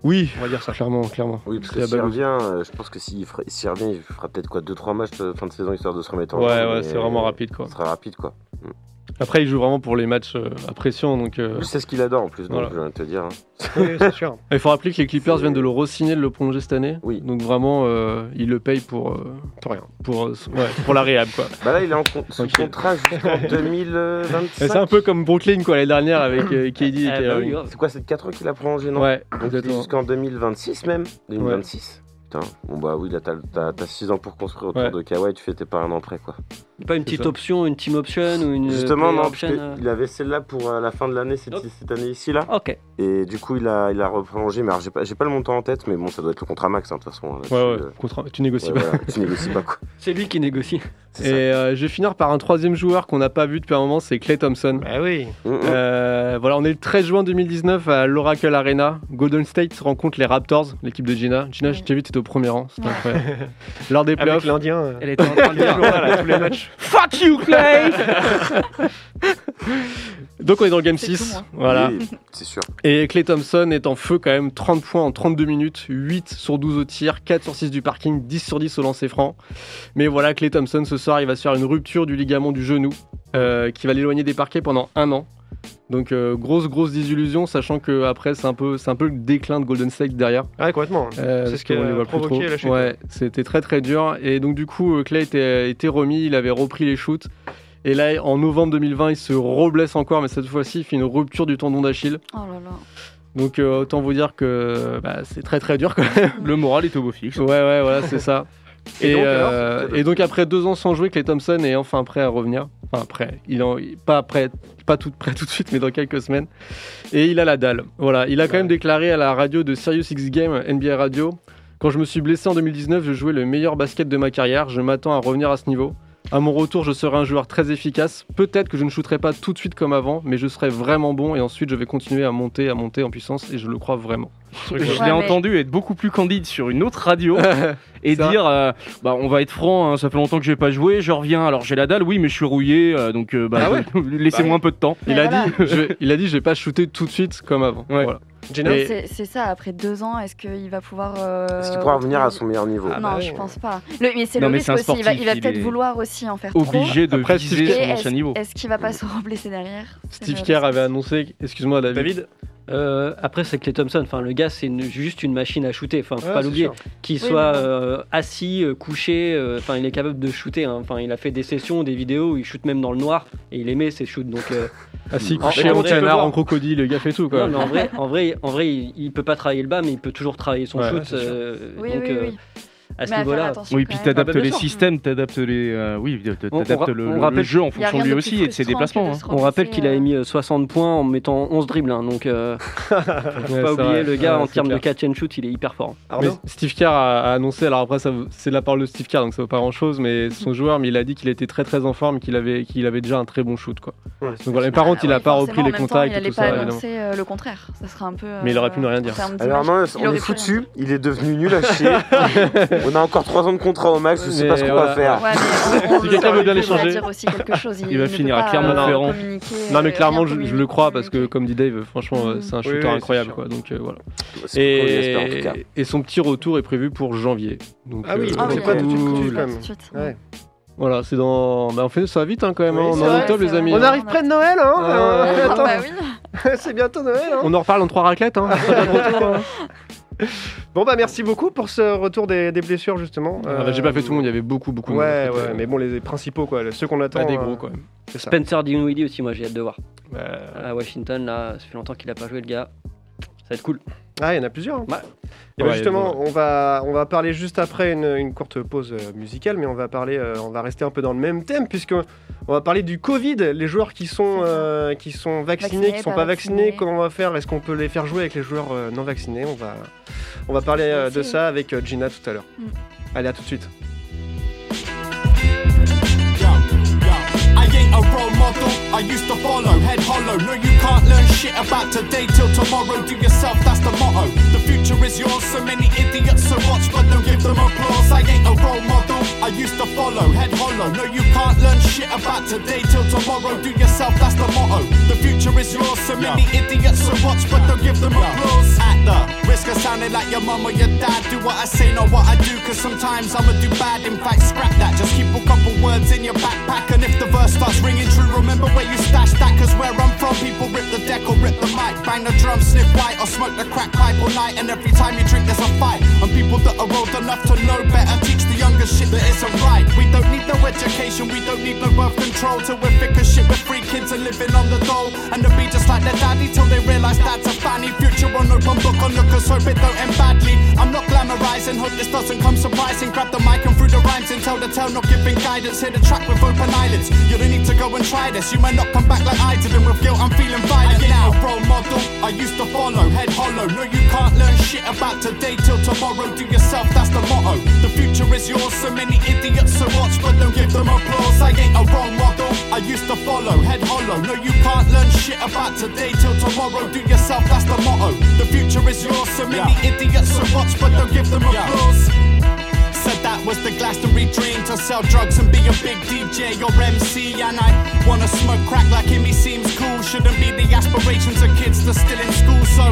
oui, on va dire ça. Clairement, clairement. Oui, parce La que s'il balouse. revient, euh, je pense que s'il fera- s'il revient, il fera peut-être quoi 2-3 matchs de fin de saison histoire de se remettre en Ouais, jeu, ouais, mais euh, c'est vraiment rapide, quoi. Euh. Ce sera rapide quoi. Mm. Après, il joue vraiment pour les matchs euh, à pression. Donc, euh, Lui, C'est ce qu'il adore en plus, donc Voilà. je viens de te dire. hein. Il faut rappeler que les Clippers viennent de le re-signer, de le prolonger cette année. Donc vraiment, euh, il le paye pour. pour rien. Pour, euh, ouais, pour la réhab, quoi. Bah là, il est en con- sous Tranquille. contrat jusqu'en 2025. Et C'est un peu comme Brooklyn, quoi, l'année dernière avec euh, KD. Ah, bah qui, euh, oui, grave. C'est quoi, c'est 4 ans qu'il a prolongé, non Ouais, Donc, c'est exactement. jusqu'en 2026 même. 2026 Putain, bon bah oui, là t'as- t'as 6 ans pour construire autour Ouais. Euh, de Kawhi, tu fais tes pas un an près quoi. Il n'y a pas une petite option, une team option ou une. Justement, player non, option, parce que euh, il avait celle-là pour euh, la fin de l'année, cette, cette année ici-là. Ok. Et du coup, il a, il a reprolongé, mais alors, j'ai pas, j'ai pas le montant en tête, mais bon, ça doit être le contrat max, hein, de toute façon. là-dessus, Ouais, ouais, euh, contrat- tu ouais, négocies pas. voilà, tu négocies pas, quoi. C'est lui qui négocie. Et euh, je vais finir par un troisième joueur qu'on n'a pas vu depuis un moment, c'est Clay Thompson. Ah oui. Euh, voilà, on est le 13 juin 2019 à l'Oracle Arena. Golden State rencontre les Raptors, l'équipe de Gina. Gina, je t'ai vu, t'étais au premier rang. C'était incroyable. Lors des Avec playoffs. l'Indien. euh. Elle était en train de dire, voilà, tous les matchs. Fuck you, Clay Donc on est dans le game 6. Voilà. Oui, c'est sûr. Et Clay Thompson est en feu quand même, 30 points en 32 minutes, 8 sur 12 au tir, 4 sur 6 du parking, 10 sur 10 au lancer franc. Mais voilà, Clay Thompson ce soir, il va se faire une rupture du ligament du genou euh, qui va l'éloigner des parquets pendant un an. Donc euh, grosse grosse désillusion, sachant que après c'est un peu c'est un peu le déclin de Golden State derrière. Euh, Ouais, complètement. C'est parce ce qui qu'on a les voit plus provoqué trop. la chute. Ouais, c'était très très dur. Et donc du coup, euh, Clay était, était remis, il avait repris les shoots. Et là, en novembre 2020, il se reblesse encore, mais cette fois-ci, il fait une rupture du tendon d'Achille. Oh là là. Donc euh, autant vous dire que bah, c'est très très dur quand même. Le moral est au beau fixe. Ouais ouais voilà c'est ça. Et Et, donc, alors, euh, c'était le- et donc après deux ans sans jouer, Clay Thompson est enfin prêt à revenir. Enfin prêt, il en pas prêt, pas tout prêt tout de suite, mais dans quelques semaines. Et il a la dalle. Voilà, il a quand même déclaré à la radio de Sirius X Game NBA Radio. Quand je me suis blessé en 2019, je jouais le meilleur basket de ma carrière. Je m'attends à revenir à ce niveau. À mon retour, je serai un joueur très efficace. Peut-être que je ne shooterai pas tout de suite comme avant, mais je serai vraiment bon et ensuite je vais continuer à monter, à monter en puissance et je le crois vraiment. Je l'ai entendu être beaucoup plus candide sur une autre radio et Ça. dire euh, bah, on va être franc, hein, ça fait longtemps que j'ai pas joué, je reviens, alors j'ai la dalle, oui, mais je suis rouillé, euh, donc euh, bah, Ah ouais laissez-moi un peu de temps. Il a, dit, je, il a dit, je vais pas shooter tout de suite comme avant. Voilà. Non, Et- C'est c'est ça, après deux ans, est-ce qu'il va pouvoir. euh, Ah bah Est-ce qu'il pourra revenir Ah bah à son meilleur niveau Non, Ah, je pense pas. Le- mais c'est le Non, mais risque c'est un aussi. il va, sportif, il va il peut-être est vouloir aussi en faire obligé trop. de Après, viser Steve- son Et ancien est-ce- niveau. Est-ce qu'il va pas se reblesser derrière C'est Steve le- Kerr avait annoncé, excuse-moi David. Euh, Après, c'est Clay Thompson. Enfin, le gars, c'est une- juste une machine à shooter. Enfin, faut Ouais, pas c'est l'oublier. sûr. Qu'il Oui, soit mais- euh, assis, euh, couché, euh, enfin, il est capable de shooter. hein. Enfin, il a fait des sessions, des vidéos où il shoot même dans le noir et il aimait ses shoots. Donc, euh, Ah si, en- couché en en vrai, je peux canard, voir. en crocodile, le gars fait tout quoi. Non, mais en vrai, en vrai, en vrai, il, il peut pas travailler le bas, mais il peut toujours travailler son Ouais, shoot. c'est sûr. euh, Oui, donc, oui, euh, oui. à ce Mais à faire niveau-là. attention Oui, puis quand même. t'adaptes Ah bah, bien les sûr. systèmes, t'adaptes les, euh, oui, t'adaptes On- on ra- le, on le rappelle- jeu Y en a fonction rien lui de aussi et de ses déplacements. hein. On rappelle qu'il avait mis euh, 60 points en mettant 11 dribbles, hein, donc euh, faut Ouais, pas c'est oublier vrai. le gars Ouais, en c'est termes de clair. catch and shoot, il est hyper fort. Mais Steve Kerr a a annoncé, alors après ça, vaut- c'est de la parole de Steve Kerr donc ça vaut pas grand chose, mais son joueur, mais il a dit qu'il était très très en forme, qu'il avait, qu'il avait déjà un très bon shoot quoi. Ouais, donc voilà, mais par contre il a pas ah Forcément, repris en les même temps, contacts Il et allait tout pas ça. évidemment. annoncer euh, le contraire. Ça serait un peu. Mais il euh, aurait pu ne rien dire. en termes Alors d'image. non, Il on aurait est pu rien foutu, il est devenu nul à chier. on a encore 3 ans de contrat au max, je sais Mais pas ce qu'on voilà. va faire. Ouais, mais on- on Si le- quelqu'un on veut le bien peut l'échanger, pas dire aussi quelque chose. il va ne finir peut à pas, Clermont euh, Ferrand. communiquer, Non mais euh, clairement rien je, je communiquer. Mm. le crois parce que comme dit Dave, franchement euh, c'est un Oui, oui, shooter c'est incroyable sûr. quoi. Donc euh, voilà. C'est ce qu'on espère, en tout Et, cas. et son petit retour est prévu pour janvier. Donc, Ah oui, euh, donc c'est pas tout de suite, tout de suite, cool. quand même. Ouais. Voilà, c'est dans. Bah, on fait ça vite hein, quand même. hein. Oui, on est c'est en vrai, octobre, c'est les vrai. amis. On arrive près de Noël, hein Ah, euh, ouais. attends. Ah, C'est bientôt Noël, hein On en reparle en trois raclettes. Hein. Bon bah merci beaucoup pour ce retour des, des blessures justement. Ah, bah, J'ai pas fait tout le monde, il y avait beaucoup, beaucoup de Ouais, monde. Euh, ouais, mais bon, les principaux, quoi, les- ceux qu'on attend. Ah, des euh, gros, quand même. c'est ça. Bah, Spencer Dinwiddie aussi, moi j'ai hâte de voir. À Washington, là, ça fait longtemps qu'il a pas joué le gars. Ça va être cool. Ah, il y en a plusieurs. hein. Et Ouais, bah, justement, bon, on, va, on va parler juste après une, une courte pause euh, musicale, mais on va, parler, euh, on va rester un peu dans le même thème, puisque on va parler du Covid, les joueurs qui sont, euh, qui sont vaccinés, Vaccinés, qui sont pas pas vaccinés, vaccinés. comment on va faire Est-ce qu'on peut les faire jouer avec les joueurs euh, non vaccinés on va, on va parler euh, de ça avec euh, Gina tout à l'heure. Mm. Allez, à tout de suite. I ain't a role model, I used to follow, head hollow. No, you can't learn shit about today till tomorrow. Do yourself, that's the motto. The future is yours, so many idiots so watch, but don't give them applause. I ain't a role model, I used to follow, head hollow. No, you can't learn shit about today till tomorrow. Do yourself, that's the motto. The future is yours, so many idiots so watch, but don't give them applause. At the risk of sounding like your mum or your dad, do what I say, not what I do, cause sometimes I'ma do bad. In fact, scrap that, just keep a couple words in your backpack, and if the verse starts ringing true, remember where you stashed that, cause where I'm from, people rip the deck or rip the mic, bang the drum, sniff white, or smoke the crack pipe all night, and every time you drink, there's a fight. And people that are old enough to know better teach the younger shit that isn't right. We don't need no education, we don't need no birth control, till we're thick as shit with free kids and living on the dole, and to be just like the their daddy till they realize that's a fanny. Future on open book on lookers, hope it don't end badly. I'm not glamorizing, hope this doesn't come surprising. Grab the mic and through the rhymes and tell the tale, not giving guidance. Hit the track with open eyelids. You don't need to go and try this. You might not come back like I did, and with guilt, I'm feeling violent now. A role model I used to follow, head hollow. No, you can't learn shit about today till tomorrow. Do yourself, that's the motto. The future is yours, so many idiots to watch, but don't give them applause. I ain't a role model I used to follow, head hollow. No, you can't learn shit about today till tomorrow. Do yourself, that's the motto. The future is yours, so many idiots to watch, but don't give them applause. Said that was the Glastonbury dream to sell drugs and be a big DJ or MC. And I wanna smoke crack like him, he seems cool. Shouldn't be the aspirations of kids that's still in school. So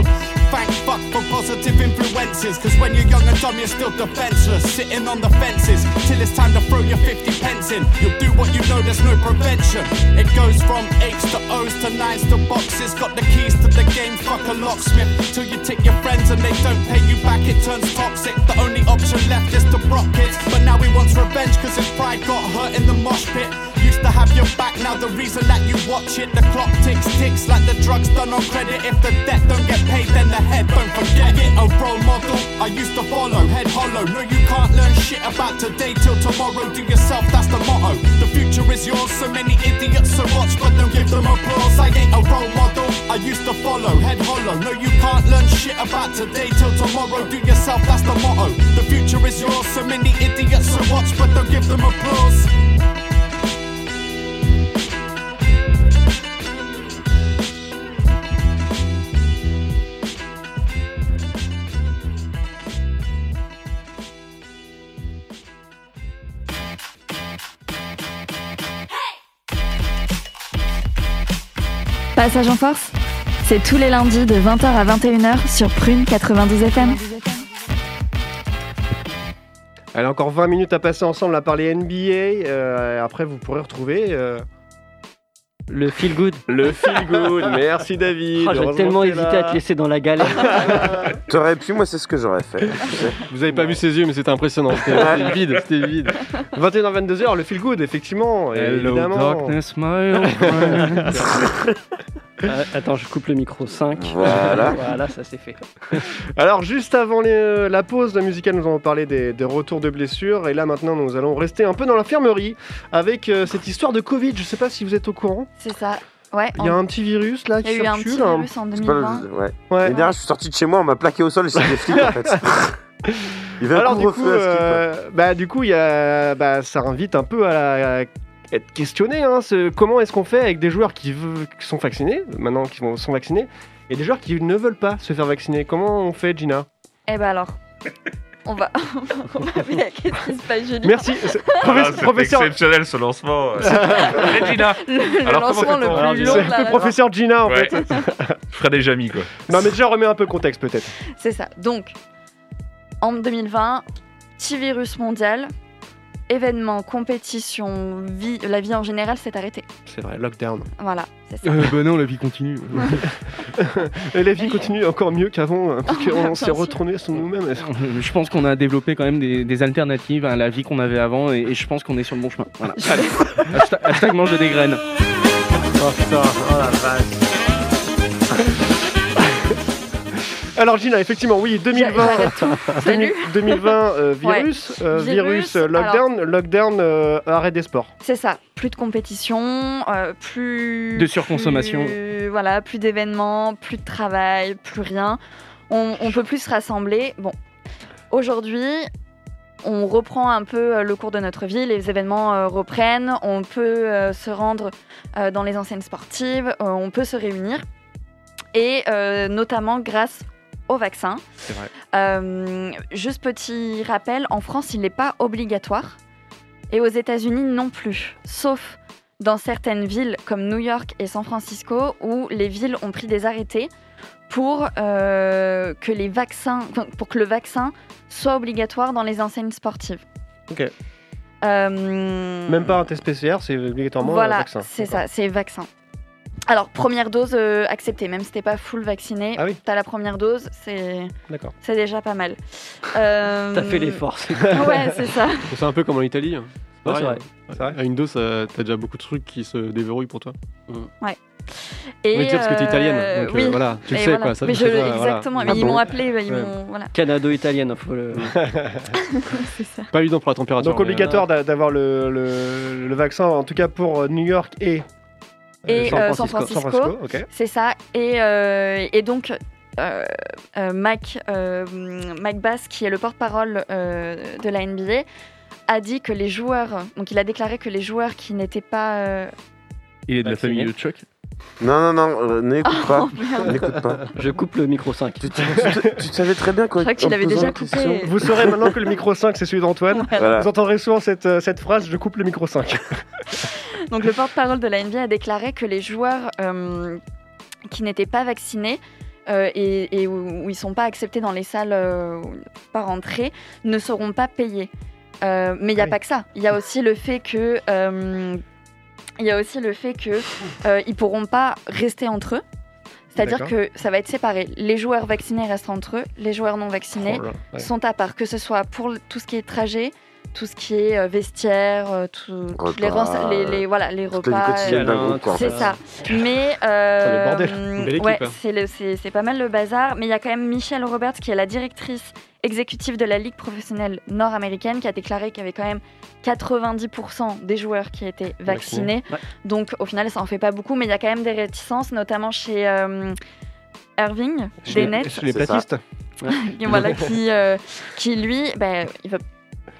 thank fuck for positive influences. Cause when you're young and dumb, you're still defenseless. Sitting on the fences till it's time to throw your 50 pence in. You'll do what you know, there's no prevention. It goes from eights to O's to nines to boxes. Got the keys to the game, fuck a locksmith. Till you take your friends and they don't pay you back, it turns toxic. The only option left is to block kids. But now he wants revenge cause his pride got hurt in the mosh pit. Used to have your back, now the reason that you watch it. The clock ticks, ticks like the drugs done on credit. If the debt don't get paid, then the head don't forget it. A role model I used to follow, head hollow. No, you can't learn shit about today till tomorrow. Do yourself, that's the motto. The future is yours, so many idiots to watch, but don't give them applause. I ain't a role model I used to follow, head hollow. No, you can't learn shit about today till tomorrow. Do yourself, that's the motto. The future is yours, so many idiots to watch, but don't give them applause. Passage en force, c'est tous les lundis de 20h à 21h sur Prune 92 FM. Allez, encore 20 minutes à passer ensemble à parler NBA. euh, après, vous pourrez retrouver. euh, Le feel good. Le feel good. Merci David. Ah, J'aurais tellement Heureusement que t'es hésité là. à te laisser dans la galère. T'aurais pu, moi, c'est ce que j'aurais fait. Vous avez pas vu ses yeux, mais c'était impressionnant. C'était c'était vide, c'était vide. 21h-22h, le feel good, effectivement. et Hello, évidemment. darkness, my old friend. Ah, Attends, je coupe le micro 5. Voilà. voilà ça c'est fait. Alors, juste avant les, euh, la pause de musicale, nous avons parlé des, des retours de blessures. Et là, maintenant, nous allons rester un peu dans l'infirmerie avec euh, cette histoire de Covid. Je sais pas si vous êtes au courant. C'est ça. Ouais. Il y a en- un petit virus là Oh. Il y a qui eu un circule. petit virus en C'est pas le- 2020. Ouais. L'année dernière, je suis sorti de chez moi, on m'a plaqué au sol, j'étais des flics en fait. Il y avait un Alors du couvre-feu coup, à ce qui euh, bah, du coup, il y a, bah, ça invite un peu à, la- à être questionné. hein, ce- comment est-ce qu'on fait avec des joueurs qui, veu- qui sont vaccinés, maintenant qui vont- sont vaccinés, et des joueurs qui ne veulent pas se faire vacciner Comment on fait, Gina Eh ben alors, on va. on va aller à Qu'est-ce qui se passe, Julie Merci. Ah, c'est- professe- c'est professeur. Ah, exceptionnel ce lancement. Allez, Gina. Le- le Alors, comment lancement le fait-on plus long de la C'est radio. professeur Gina en Ouais. fait. Je ferai des jamis quoi. Non mais déjà remets un peu contexte peut-être. C'est ça. Donc, en 2020, petit virus mondial, événements, compétition, vie, la vie en général s'est arrêtée. C'est vrai, lockdown. Voilà, c'est ça. Euh, bah non, la vie continue. Et la vie continue encore mieux qu'avant, Ah, hein, parce qu'on s'est Attention. retourné sur nous-mêmes. Je pense qu'on a développé quand même des, des alternatives à la vie qu'on avait avant et, et je pense qu'on est sur le bon chemin. Voilà. Allez, hashtag, hashtag mange des graines. Oh putain, oh la vache. Alors Gina, hein, effectivement, oui, 2020, Salut. 2020 euh, virus, Ouais. euh, virus, Virus, euh, lockdown, lockdown, euh, arrêt des sports. C'est ça. Plus de compétition, euh, plus. De surconsommation. plus- voilà, plus d'événements, plus de travail, plus rien. On, on peut plus se rassembler. Bon, aujourd'hui, on reprend un peu euh, le cours de notre vie, les événements euh, reprennent, on peut euh, se rendre euh, dans les enseignes sportives, euh, on peut se réunir. Et euh, notamment grâce au vaccin. C'est vrai. Euh, juste petit rappel, en France, il n'est pas obligatoire et aux États-Unis non plus, sauf dans certaines villes comme New York et San Francisco où les villes ont pris des arrêtés pour euh, que les vaccins, pour que le vaccin soit obligatoire dans les enseignes sportives. Ok. Euh, Même pas un test PCR, c'est obligatoirement un voilà, vaccin. c'est ça, c'est vaccin. Alors première dose euh, acceptée, même si t'es pas full vacciné, Ah oui. t'as la première dose, c'est D'accord. c'est déjà pas mal. Euh, T'as fait l'effort. Ouais, c'est ça. C'est un peu comme en Italie. Ouais, c'est vrai. hein. À Indo, ça- t'as déjà beaucoup de trucs qui se déverrouillent pour toi. Ouais. Oui, déjà, parce que t'es italienne, donc, euh, voilà, tu le Et sais, quoi, ça, mais tu je, sais pas, voilà. exactement, Ah mais ils bon m'ont appelé, bah, ils Ouais. m'ont. Voilà. Canado-italienne, faut le. Pas évident pour la température. Donc obligatoire d'a- d'avoir le, le- le vaccin, en tout cas pour euh, New York et, Et euh, euh, San Francisco, ok. c'est ça. Et, euh, et donc, euh, euh, Mike, euh, Mike Bass, qui est le porte-parole euh, de la NBA, a dit que les joueurs, donc il a déclaré que les joueurs qui n'étaient pas euh, Il est de la famille de Chuck Non, non, non, euh, n'écoute pas. Oh, merde. N'écoute pas. Je coupe le micro 5. Tu, tu- tu- tu savais très bien quoi. Je crois que tu en l'avais posant déjà la coupé. question. Vous saurez maintenant que le micro 5 c'est celui d'Antoine. Voilà. Vous entendrez souvent cette, euh, cette phrase je coupe le micro 5. Donc le porte-parole de la NBA a déclaré que les joueurs euh, qui n'étaient pas vaccinés euh, et, et où, où ils ne sont pas acceptés dans les salles euh, par entrée ne seront pas payés. Euh, mais il n'y Ah a pas que ça. Il y a aussi le fait que euh, il y a aussi le fait que euh, ils pourront pas rester entre eux. C'est-à-dire D'accord. que ça va être séparé. Les joueurs vaccinés restent entre eux, les joueurs non vaccinés Oh là, ouais. sont à part, que ce soit pour le- tout ce qui est trajet, tout ce qui est euh, vestiaire, euh, tout- toutes les, Repas, rense- les, les- voilà, les toute repas. la vie quotidienne euh, d'un groupe, quoi, en c'est fait. ça. Mais. euh, bordel. Une belle équipe, ouais, hein. c'est le- c'est c'est pas mal le bazar. Mais il y a quand même Michelle Roberts, qui est la directrice exécutive de la Ligue professionnelle nord-américaine, qui a déclaré qu'il y avait quand même 90% des joueurs qui étaient vaccinés. Vaccinés, ouais. Donc au final, ça en fait pas beaucoup, mais il y a quand même des réticences, notamment chez. euh, Irving, Chez des les- Nets. chez les C'est ça. platistes. Et voilà, qui, euh, qui lui, ben, il, veut-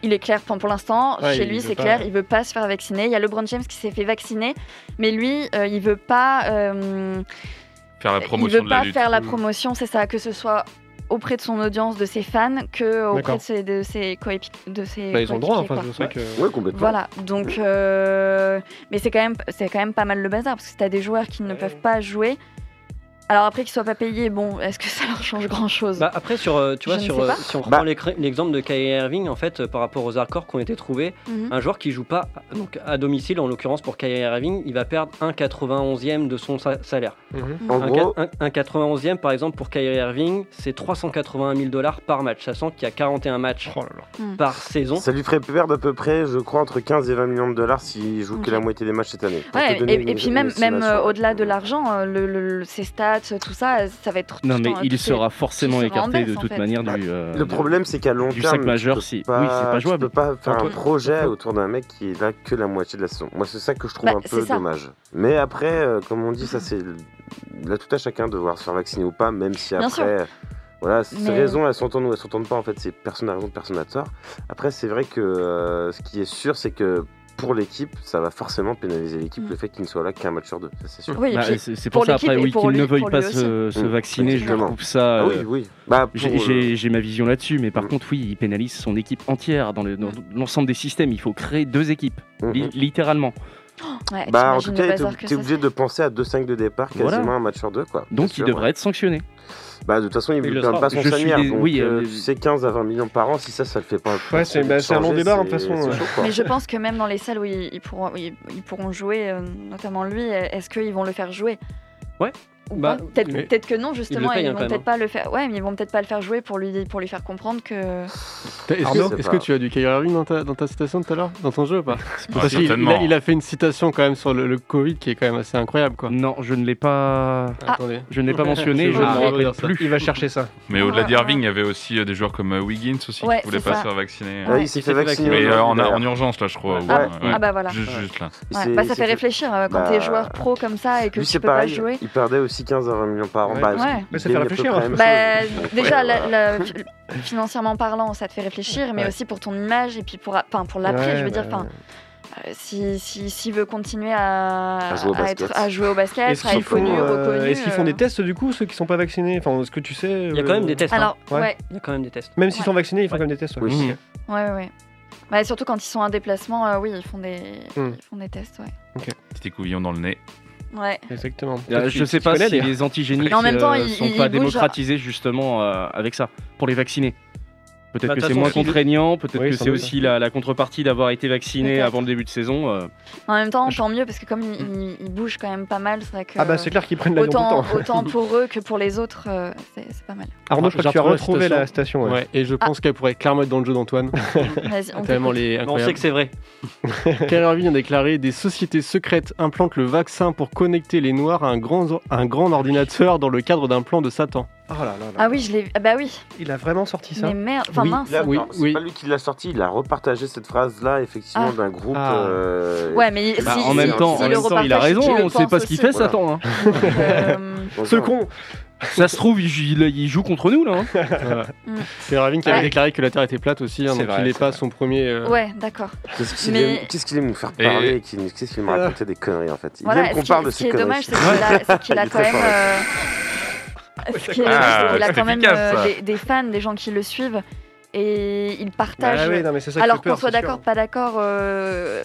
il est clair, enfin, pour l'instant, Ouais, chez il lui, veut c'est pas. clair, il veut pas se faire vacciner. Il y a LeBron James qui s'est fait vacciner, mais lui, euh, il veut pas, euh, Faire la il promotion veut de la pas lutte. faire Mm. Mm. la promotion, c'est ça, que ce soit auprès de son audience, de ses fans, que auprès D'accord. de ses, de ses coépi- de ses Bah, ils ont le droit, coéquipiers, enfin, quoi. je sais que. Ouais, complètement. Voilà, donc. euh, Mais c'est quand, même- c'est quand même pas mal le bazar, parce que t'as des joueurs qui ne peuvent pas jouer. Alors après qu'ils soient pas payés, bon, est-ce que ça leur change grand chose Bah, après, sur, euh, tu vois, Je ne sur, sais euh, pas. si on reprend l'écr- l'exemple de Kyrie Irving, en fait, euh, par rapport aux accords qui ont été trouvés, Mhm. un joueur qui joue pas donc, à domicile, en l'occurrence pour Kyrie Irving, il va perdre 1,91e de son sa- salaire. Mhm. En Un, gros- qua- un- un 91e, par exemple, pour Kyrie Irving, c'est 381 000 dollars par match, sachant qu'il y a 41 matchs Mhm. Mm. par saison. Ça lui ferait perdre à peu près, je crois, entre 15 et 20 millions de dollars s'il joue que la moitié des matchs cette année. Pour Ouais, te donner et, une- et puis une même, même estimation. euh, au-delà de l'argent, euh, le, le- le- ses stats, tout ça, euh, ça va être. tout Non, le mais temps, euh, tout il est- sera forcément tout sera en écarté de baisse, en toute fait. manière du. euh, oh, Le problème, c'est qu'à long du terme, cinq majeur, tu peux si- oui, c'est pas jouable. Tu peux pas faire un Enfin, projet autour d'un mec qui est là que la moitié de la saison. Moi, c'est ça que je trouve Bah, un peu c'est ça. dommage. Mais après, euh, comme on dit, ça c'est le- là tout à chacun de voir se faire vacciner ou pas, même si Bien après. sûr. Voilà, ces Mais- euh, raisons, elles s'entendent ou elles s'entendent pas, en fait, c'est personne n'a raison, personne n'a tort. Après, c'est vrai que euh, ce qui est sûr, c'est que pour l'équipe, ça va forcément pénaliser l'équipe, Mm. le fait qu'il ne soit là qu'un match sur deux, ça c'est sûr. Oui, et Bah, puis, c'est c'est pour pour, ça l'équipe après et oui pour qu'il lui- ne veuille pour pas lui se, aussi. se Mm. vacciner, je Exactement. trouve ça. Ah oui, euh, oui. Bah, pour, j'ai- euh, J'ai j'ai ma vision là-dessus, mais par contre oui, il pénalise son équipe entière dans le- dans Mm. l'ensemble des systèmes. Il faut créer deux équipes, li- littéralement. Ouais, Bah, en t'imagines tout le cas, t'es bazar que t'es ça obligé de penser à 2-5 de départ, quasiment Voilà. un match sur deux. Quoi. Bien Donc sûr, il devrait ouais. être sanctionné. Bah, de toute façon, il Il ne le perd sera. pas son Je suis salaire. des- Donc, oui, euh, euh, tu sais, 15 à 20 millions par an, si ça, ça le fait pas. Ouais, c'est- bah, c'est un long changer, débat, hein, c'est- de toute façon, c'est ouais. chaud, quoi. Mais je pense que même dans les salles où ils, ils pourront, où ils, ils pourront jouer, euh, notamment lui, est-ce qu'ils vont le faire jouer Ouais. Ou Bah, pas peut-être, mais- peut-être que non, Ils le justement, et payent, ils hein, vont quand même, peut-être pas le faire. Ouais, mais ils vont peut-être pas le faire jouer pour lui, pour lui faire comprendre que. T'as- Est-ce Arnaud que, est-ce que tu as du Kyrie Irving dans ta, dans ta citation de tout à l'heure Dans ton jeu ou pas pas- Parce qu'il il certainement. a, il a fait une citation quand même sur le, le Covid qui est quand même assez incroyable quoi. Ah, Non, je ne l'ai pas. Attendez. Je ne l'ai pas mentionné, je ne me rappelle plus. Il va chercher ça. Mais au-delà d'Irving, il y avait aussi euh, des joueurs comme euh, Wiggins aussi Ouais, qui voulaient c'est pas ça. se faire vacciner. hein. Ouais, il s'est Il fait fait vacciner Mais aujourd'hui, euh, en, d'ailleurs. en urgence, là, je crois. ou- Ah, ouais. ah bah voilà. Juste, juste là. Il Ouais, s'est- bah, il ça s'est fait réfléchir euh, quand Bah, t'es joueur pro comme ça et que Lui, tu c'est peux pas pareil. jouer. Il perdait aussi 15 à 20 millions par an. Ouais. Bah, Ouais. Mais ça il fait gagne à peu réfléchir, près hein. la même Bah, chose. Donc, déjà, ouais, la- voilà. la- financièrement parlant, ça te fait réfléchir, mais Ouais. aussi pour ton image et puis pour, enfin, pour l'après, Ouais, bah je veux dire. ouais, Enfin, euh, si si, s'il veut continuer à, À jouer au basket. être, à jouer au basket, Est-ce à qu'ils être connu, font, euh, reconnu. est-ce qu'ils font euh, des tests du coup, ceux qui sont pas vaccinés Enfin, est-ce que tu sais euh, Il y a quand même des tests. hein. Alors, ouais. Il y a quand même des tests. Même s'ils sont vaccinés, ils font quand même des tests. ouais. Oui. Ouais, ouais, ouais. Bah, surtout quand ils sont en déplacement, euh, oui, ils font des, Hmm. ils font des tests, ouais. Petit écouvillon dans le nez. Ouais. Mm. Exactement. Bah, Euh, je sais pas si les antigéniques Mais en même temps, euh, il- sont il- pas il bouge, démocratisés justement euh, avec ça pour les vacciner. Peut-être Bah, que de c'est toute moins façon, contraignant, peut-être Oui, que sans c'est doute. aussi la, la contrepartie d'avoir été vacciné Peut-être. avant le début de saison. euh, En même temps, tant mieux, parce que comme ils, ils- ils bougent quand même pas mal, c'est vrai que. Ah bah, c'est clair qu'ils prennent l'avion tout le autant, temps. Autant pour eux que pour les autres, euh, c'est c'est pas mal. Ah, Arnaud, je crois que tu as retrouvé retrouvé la station, ouais. et je pense qu'elle pourrait clairement être dans le jeu d'Antoine. Ah. Vas-y, on Tellement t'écoute. elle Mais est on incroyable. sait que c'est vrai. Kyrie Irving a déclaré des sociétés secrètes implantent le vaccin pour connecter les noirs à un grand, un grand ordinateur dans le cadre d'un plan de Satan. Oh là là. Ah oui, je l'ai. Ah bah oui. Il a vraiment sorti Mais merde, enfin mince. Là, non, c'est pas lui qui l'a sorti, il a repartagé cette phrase-là, effectivement, Ah. d'un groupe. Ah. euh, Ouais, mais qui- si- Bah, en si- même si temps- en le même temps, il a repartage, raison, je on le sait pense pas ce qu'il aussi. fait, Satan, hein. Ce con Ça se trouve, il, ju- il- il joue contre nous, là. hein. Mm. C'est Irving qui avait Ouais. déclaré que la Terre était plate aussi, hein, C'est donc vrai, il n'est c'est pas son premier. euh, Ouais, d'accord. Qu'est-ce qu'il Mais- aime, qu'est-ce qu'il aime nous faire parler et qu'il- Qu'est-ce qu'il aime raconter des conneries en fait Il Voilà, aime ce qu'on qui- parle de ce qui ces est dommage, conneries. c'est qu'il a, c'est qu'il a Il est quand très même. fort là-dessus. euh, ce qui est dommage, Ah, c'est qu'il a c'est quand même efficace, euh, ça. des, des fans, des gens qui le suivent et il partage. Bah oui, non, mais c'est ça qui alors fait peur, qu'on soit c'est sûr. d'accord, pas d'accord. euh,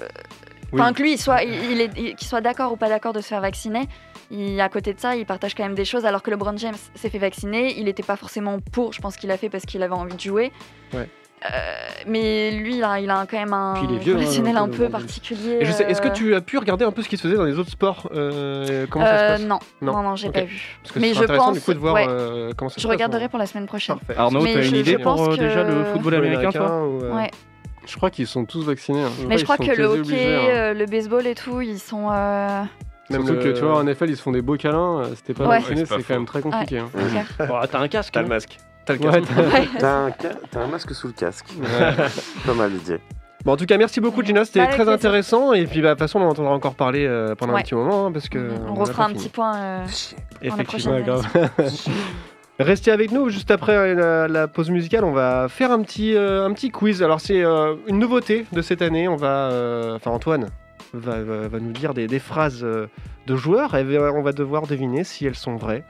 Oui. Enfin, que lui, il soit, il, il est, il- qu'il soit d'accord ou pas d'accord de se faire vacciner, il, à côté de ça, il partage quand même des choses. Alors que LeBron James s'est fait vacciner, il n'était pas forcément pour, je pense qu'il l'a fait parce qu'il avait envie de jouer. Ouais. Euh, mais lui, il a, il a quand même un Puis il est vieux, hein, relationnel un LeBron peu James. particulier. Et je sais, est-ce que euh, tu as pu regarder un peu ce qui se faisait dans les autres sports euh, Comment ça Euh, se passe non. Non, non, j'ai Ok. pas vu. Parce que Mais mais je je intéressant du pense- coup de voir ouais. euh, comment ça se Je passe, regarderai hein. pour la semaine prochaine. Arnaud, Mais t'as une je- idée je pour pense euh, déjà que- le football américain, toi Ouais. Je crois qu'ils sont tous vaccinés. hein. Mais je crois ils que sont le quasi hockey, obligés, hein. euh, le baseball et tout, ils sont. euh, Même Surtout que le- tu vois, en NFL, ils se font des beaux câlins. euh, C'était pas Ouais. vacciné, Ouais, c'est c'est pas quand même très compliqué. Ouais, hein. c'est clair. Bah, t'as un casque. T'as non le masque. T'as le Ouais, casque. Ouais. T'as un ca- t'as un masque sous le casque. Ouais. Pas mal l'idée. Bon, en tout cas, merci beaucoup, Gina. C'était Bah, Avec très plaisir. intéressant. Et puis, bah, de toute façon, on en entendra encore parler euh, pendant Ouais. Mhm. un petit moment. hein, parce que On, en a refera pas un fini. petit point. euh, pour la prochaine Effectivement, grave. Restez avec nous juste après euh, la, la pause musicale. On va faire un petit, euh, un petit quiz. Alors, c'est euh, une nouveauté de cette année. On va. euh, Enfin, Antoine va, va- va nous dire des, des phrases euh, de joueurs. Et euh, on va devoir deviner si elles sont vraies.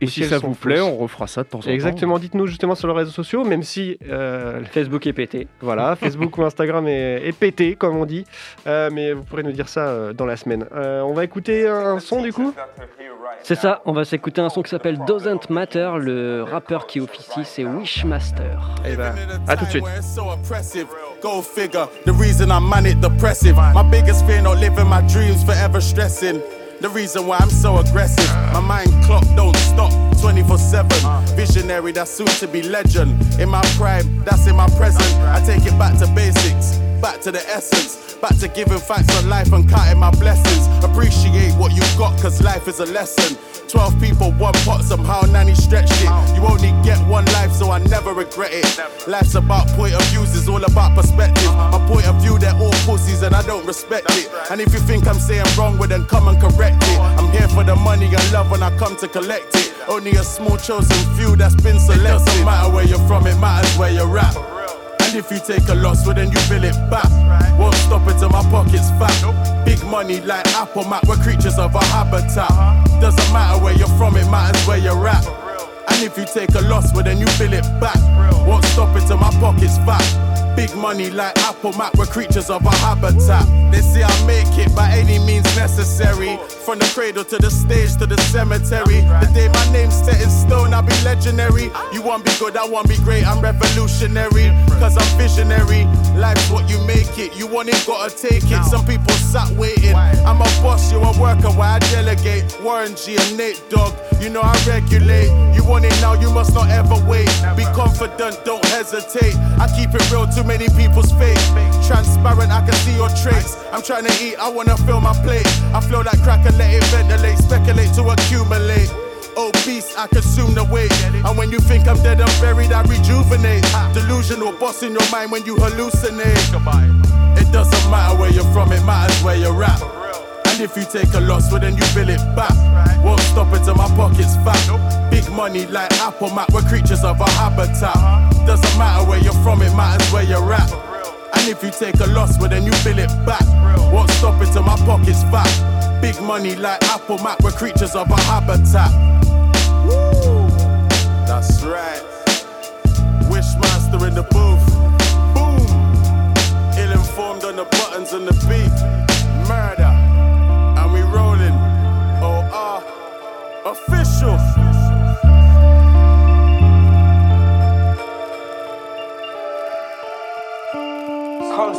Et ou si elles ça sont vous plaît, fausses. on refera ça de temps en temps. Exactement, dites-nous justement sur les réseaux sociaux, même si. euh, Facebook est pété. Voilà, Facebook ou Instagram est, est pété, comme on dit. Euh, mais vous pourrez nous dire ça euh, dans la semaine. Euh, on va écouter un, un son du coup C'est ça, on va s'écouter un son qui s'appelle Doesn't Matter. Le rappeur qui officie, c'est Wishmaster. Et bah, à tout de suite. Where it's so oppressive. Go figure. The reason I'm manic depressive. My biggest fear not living my dreams, forever stressing. The reason why I'm so aggressive. My mind clock don't stop 24 7. Visionary that's soon to be legend. In my prime, that's in my present. I take it back to basics, back to the essence. Back to giving thanks for life and counting my blessings. Appreciate what you got, cause life is a lesson. 12 people, one pot, somehow nanny stretched it. You only get one life, so I never regret it. Life's about point of views, it's all about perspective. My point of view, they're all pussies, and I don't respect it. And if you think I'm saying wrong, well then come and correct it. I'm here for the money and love when I come to collect it. Only a small chosen few that's been selected. It doesn't matter where you're from, it matters where you're at. And if you take a loss, well then you bill it back. Won't stop until my pocket's fat. Big money like Apple Mac, we're creatures of our habitat. Doesn't matter where you're from, it matters where you're at. And if you take a loss, well then you bill it back. Won't stop until my pocket's fat. Big money like Apple Mac, we're creatures of our habitat. They say I make it by any means necessary. From the cradle to the stage to the cemetery. The day my name's set in stone, I'll be legendary. You won't be good, I won't be great, I'm revolutionary. Cause I'm visionary. Life's what you make it, you want it, gotta take it. Some people sat waiting. I'm a boss, you a worker, why I delegate. Warren G and Nate Dog, you know I regulate. You want it now, you must not ever wait. Be confident, don't hesitate. I keep it real, too many people's fake. Transparent, I can see your traits. I'm trying to eat, I wanna fill my plate. I flow like crack and let it ventilate, speculate to accumulate. Obese, I consume the weight. And when you think I'm dead and buried, I rejuvenate. Delusional boss in your mind when you hallucinate. It doesn't matter where you're from, it matters where you're at. And if you take a loss, well then you bill it back. Won't stop until my pocket's fat. Big money like Apple Mac, we're creatures of our habitat. Doesn't matter where you're from, it matters where you're at. And if you take a loss, well then you bill it back. Won't stop until my pocket's fat. Big money like Apple Mac, we're creatures of our habitat. Woo! That's right. Wishmaster in the booth. Boom! Ill informed on the buttons and the beat. Murder. And we rolling. OR. Official.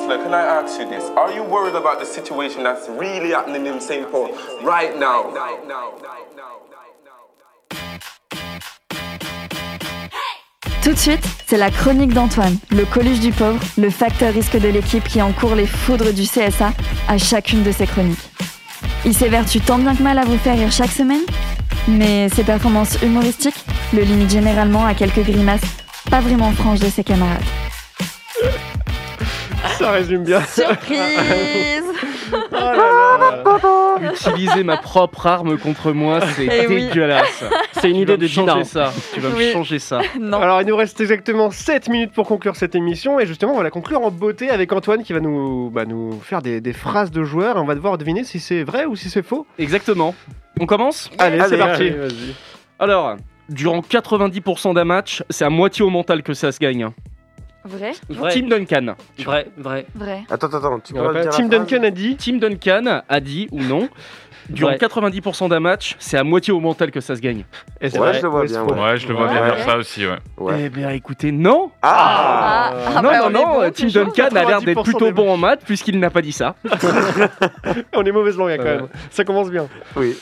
Taylor, can I ask you this? Are you worried about the situation that's really happening in St. Paul right now? Tout de suite, c'est la chronique d'Antoine, le coluche du pauvre, le facteur risque de l'équipe qui encourt les foudres du CSA à chacune de ses chroniques. Il s'évertue tant bien que mal à vous faire rire chaque semaine, mais ses performances humoristiques le limitent généralement à quelques grimaces pas vraiment franches de ses camarades. Ça résume bien. Surprise Oh Utiliser ma propre arme contre moi, c'est Eh oui. dégueulasse. C'est une Tu idée vas me de Gina, changer hein. ça. Tu vas me Oui. changer ça. Alors il nous reste exactement 7 minutes pour conclure cette émission et justement on va la conclure en beauté avec Antoine qui va nous, bah, nous faire des, des phrases de joueurs et on va devoir deviner si c'est vrai ou si c'est faux. Exactement. On commence Allez, c'est parti. Alors, durant 90% d'un match, c'est à moitié au mental que ça se gagne. hein. Vrai Tim Duncan. Vrai, vrai. Vrai. Attends, attends, attends, tu peux Tim redire la phrase Duncan a dit Tim Duncan a dit ou non Durant Vrai. 90% d'un match, c'est à moitié au mental que ça se gagne. Et c'est Ouais, vrai je le vois ou bien, est-ce ouais. faux Ouais, je le vois bien faire ça aussi, ouais. Eh bien, écoutez, non Ah. Ah, ah, bah, Non, non, on non, est bon, Tim toujours, Duncan a l'air d'être 90% plutôt des bon en maths puisqu'il n'a pas dit ça. On est mauvaise langue hein, quand Ouais. même. Ça commence bien. Oui.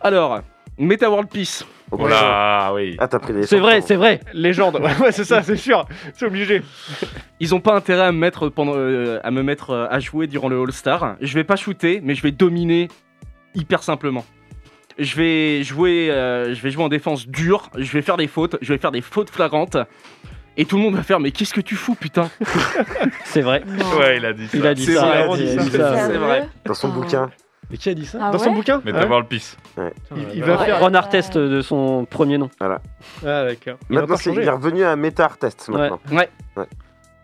Alors, Meta World Peace. Oh là, oui. Ah, t'as pris les vrai. Légende. Ouais, ouais, c'est ça, c'est sûr. C'est obligé. Ils ont pas intérêt à me mettre, pendant, euh, à, me mettre euh, à jouer durant le All-Star. Je vais pas shooter, mais je vais dominer hyper simplement. Je vais jouer, euh, je vais jouer en défense dure. Je vais faire des fautes. Je vais faire des fautes flagrantes. Et tout le monde va faire, mais qu'est-ce que tu fous, putain C'est vrai. Ouais, il a dit ça. Il a dit C'est ça. vrai, il a dit ça. C'est vrai. Dans son bouquin. Mais qui a dit ça Ah Dans son ouais bouquin Mais Ouais. t'as voir le pisse. Il, il va faire. Ron Artest euh, de son premier nom. Voilà. Ah, d'accord. Il a Maintenant, encore c'est- changé. il est revenu à méta-artest Ouais. maintenant. Ouais. Ouais.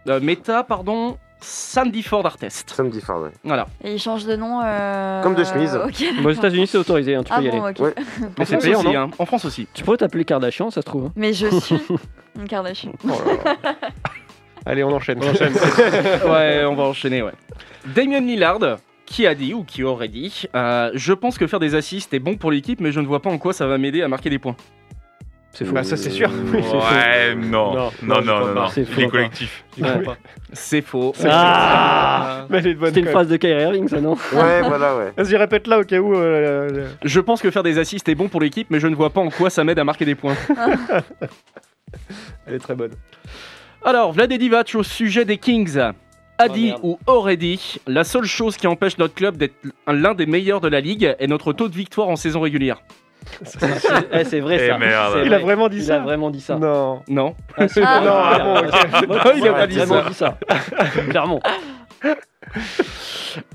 Euh, Meta, pardon, Sandy Ford Artest. Samedi Ford, ouais. Voilà. Et il change de nom. euh, Comme de chemise. ok, Bon, aux d'accord. États-Unis, c'est autorisé, hein, tu Ah peux y bon, aller. ok. Ouais. Mais En c'est France payant, aussi, non hein. En France aussi. Tu pourrais t'appeler Kardashian, ça se trouve. hein. Mais je suis une Kardashian. Oh Allez, on enchaîne. ouais, on va enchaîner, ouais. Damien Lillard, qui a dit ou qui aurait dit euh, Je pense que faire des assists est bon pour l'équipe, mais je ne vois pas en quoi ça va m'aider à marquer des points. C'est faux. Bah, ça, c'est sûr. Oui, c'est Ouais, faux. non. Non, non, non, non. C'est Il faux. est collectif. Ouais. C'est faux. C'est- Ah Mais elle est bonne, C'était une quand phrase de Kyrie Irving, ça, non ouais. Vas-y, répète-la au cas où. euh, Je pense que faire des assists est bon pour l'équipe, mais je ne vois pas en quoi ça m'aide à marquer des points. Elle est très bonne. Alors, Vlad et Divac au sujet des Kings. A Oh, dit ou aurait dit, la seule chose qui empêche notre club d'être l'un des meilleurs de la ligue est notre taux de victoire en saison régulière. Eh, c'est vrai, ça. C'est Il vrai. a vraiment dit ça Il a vraiment dit ça. Non. Non. Ah, si, Ah. vraiment. Non, ah bon, ok. Moi, Ah, il a moi, pas dit vraiment ça. dit ça. Clairement.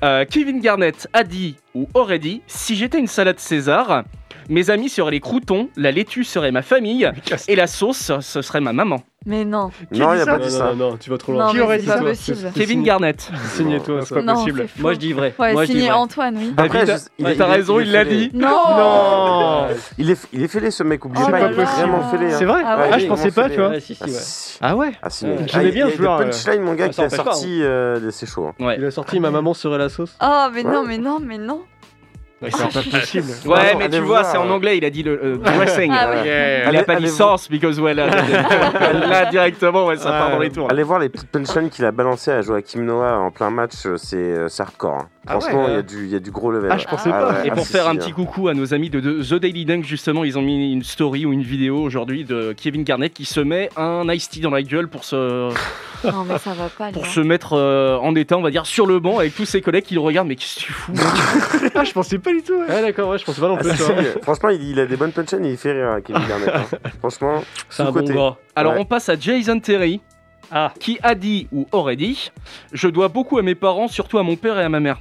Euh, Kevin Garnett a dit ou aurait dit si j'étais une salade César, mes amis seraient les croutons, la laitue serait ma famille et la sauce ce serait ma maman. Mais non. Non, il a pas dit ça. Non, non, tu vas trop Non, loin. Qui mais aurait c'est dit pas ça possible. Kevin Garnett. Signez-toi, c'est ça. pas Non, possible. c'est faux. Moi, je dis vrai. Ouais, Moi, je dis signé vrai. Antoine, oui. Après, Ah, David, je- il ouais, est- t'as il est- raison, est il l'a fêlé. dit. Non. Il est, il est fêlé ce mec, oublie Oh pas, là il est là. vraiment fêlé. hein. C'est vrai Ah, je il est pensais vraiment pas, fêlé, tu vois. hein. Ouais, si, si, ouais. Ah ouais Ah, si, Ouais. mec. Ah, J'aimais il- bien il ce y a joueur, des punchlines, ouais. mon gars, Ah, qui ça a empêche pas, sorti. euh, des- C'est chaud. hein. Il a sorti Ma maman serait la sauce. Oh, mais Ouais. non, mais non, mais non. c'est pas possible. Ouais, Allez mais tu voir, vois, c'est en ouais. anglais, il a dit le euh, dressing. Ah oui. Yeah. Il Allez- a pas dit allez sauce because well. Là, là, directement, ouais, ça part dans les tours. Allez voir les petites punchlines qu'il a balancées à Joachim Noah en plein match, euh, c'est euh, c'est hardcore. hein. Ah ouais, Franchement, il y euh. a du- il y, a du gros level. Ah, je pensais pas. ouais, Et ah, pour si, faire si, un hein. petit coucou à nos amis de, de The Daily Dunk, justement, ils ont mis une story ou une vidéo aujourd'hui de Kevin Garnett qui se met un iced tea dans la gueule pour se, Non, mais ça va pas. pour là. se mettre euh, en état, on va dire, sur le banc avec tous ses collègues qui le regardent. Mais qu'est-ce que tu fous mec Ah, je pensais pas du tout. ouais. Ouais, d'accord, ouais, je pensais pas non Ah, plus. si, tu vois. si, Franchement, il, il a des bonnes punchlines et il fait rire, hein, Kevin Garnett. hein. Franchement, un bon sous-côté. gars. Alors Ouais. on passe à Jason Terry, Ah. qui a dit ou aurait dit Je dois beaucoup à mes parents, surtout à mon père et à ma mère.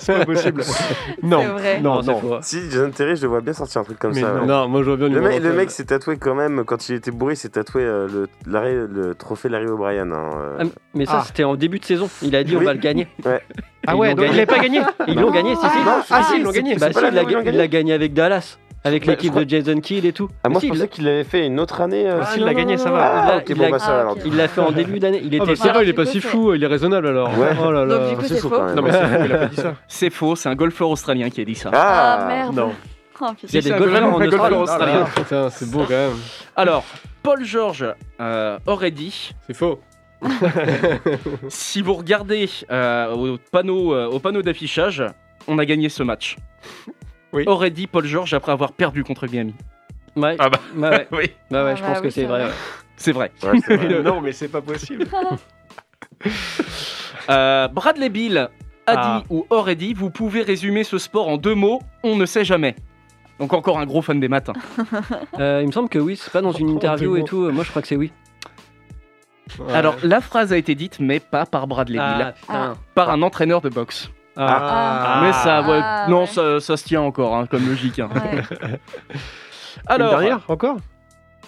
C'est pas possible. C'est Non. vrai. Non, c'est non. faux. Si, Jason Terry, je le vois bien sortir un truc comme Mais ça. ouais. non, moi je vois bien Le, numéro mec- le Antoine. mec s'est tatoué quand même, quand il était bourré, il s'est tatoué euh, le, Larry- le trophée Larry O'Brien. hein, euh. Ah, Mais ça, Ah. c'était en début de saison. Il a dit on Oui. va le gagner. Ouais. Ah Ils ouais, l'ont donc gagné. il avait pas gagné. Ils l'ont gagné, si, si. Non, Ah si, ils l'ont gagné. Bah c'est pas si, il la l'a même, ils l'ont il l'a gagné avec Dallas, avec Bah, je l'équipe crois- de Jason Kidd et tout. Ah, moi Si, je il l'a- pensais qu'il l'avait fait une autre année. euh, Ah, S'il l'a non, gagné, non, ça non, va. non, Ah, il ok, l'a- bon, bah ça Ah, va alors. ok. Il l'a fait en début d'année. Il Ah, était bah ça va, il est pas Du si coup, fou, il est raisonnable alors. Ouais. Oh là Donc, du là. coup, c'est c'est chaud, faux. quand même. Non, mais c'est fou, il a pas dit ça. C'est faux, c'est un golfeur australien qui a dit ça. Ah, merde. Non. Oh, putain. Il y a c'est des un golfeurs golfeur, en un golfeur Australie. australien. Ah, putain, c'est beau quand même. Alors, Paul George euh, aurait dit C'est faux. si vous regardez euh, au panneau, euh, au panneau d'affichage, on a gagné ce match. Aurait dit Paul George après avoir perdu contre Miami. Ouais. Ah bah, Bah ouais. oui. Bah ouais, je Ah pense bah que oui, c'est c'est vrai, vrai. ouais. C'est vrai. Ouais, c'est vrai. non, mais c'est pas possible. Euh, Bradley Bill a Ah. dit ou aurait dit vous pouvez résumer ce sport en deux mots, on ne sait jamais. Donc encore un gros fan des hein. matins. Euh, il me semble que oui, c'est pas dans une interview et bon. tout. euh, Moi, je crois que c'est oui. Alors la phrase a été dite mais pas par Bradley Ah, Beal, putain. par un entraîneur de boxe. Ah. Mais ça, ouais, Ah, non, ça, ça se tient encore hein, comme logique. hein. Une dernière, encore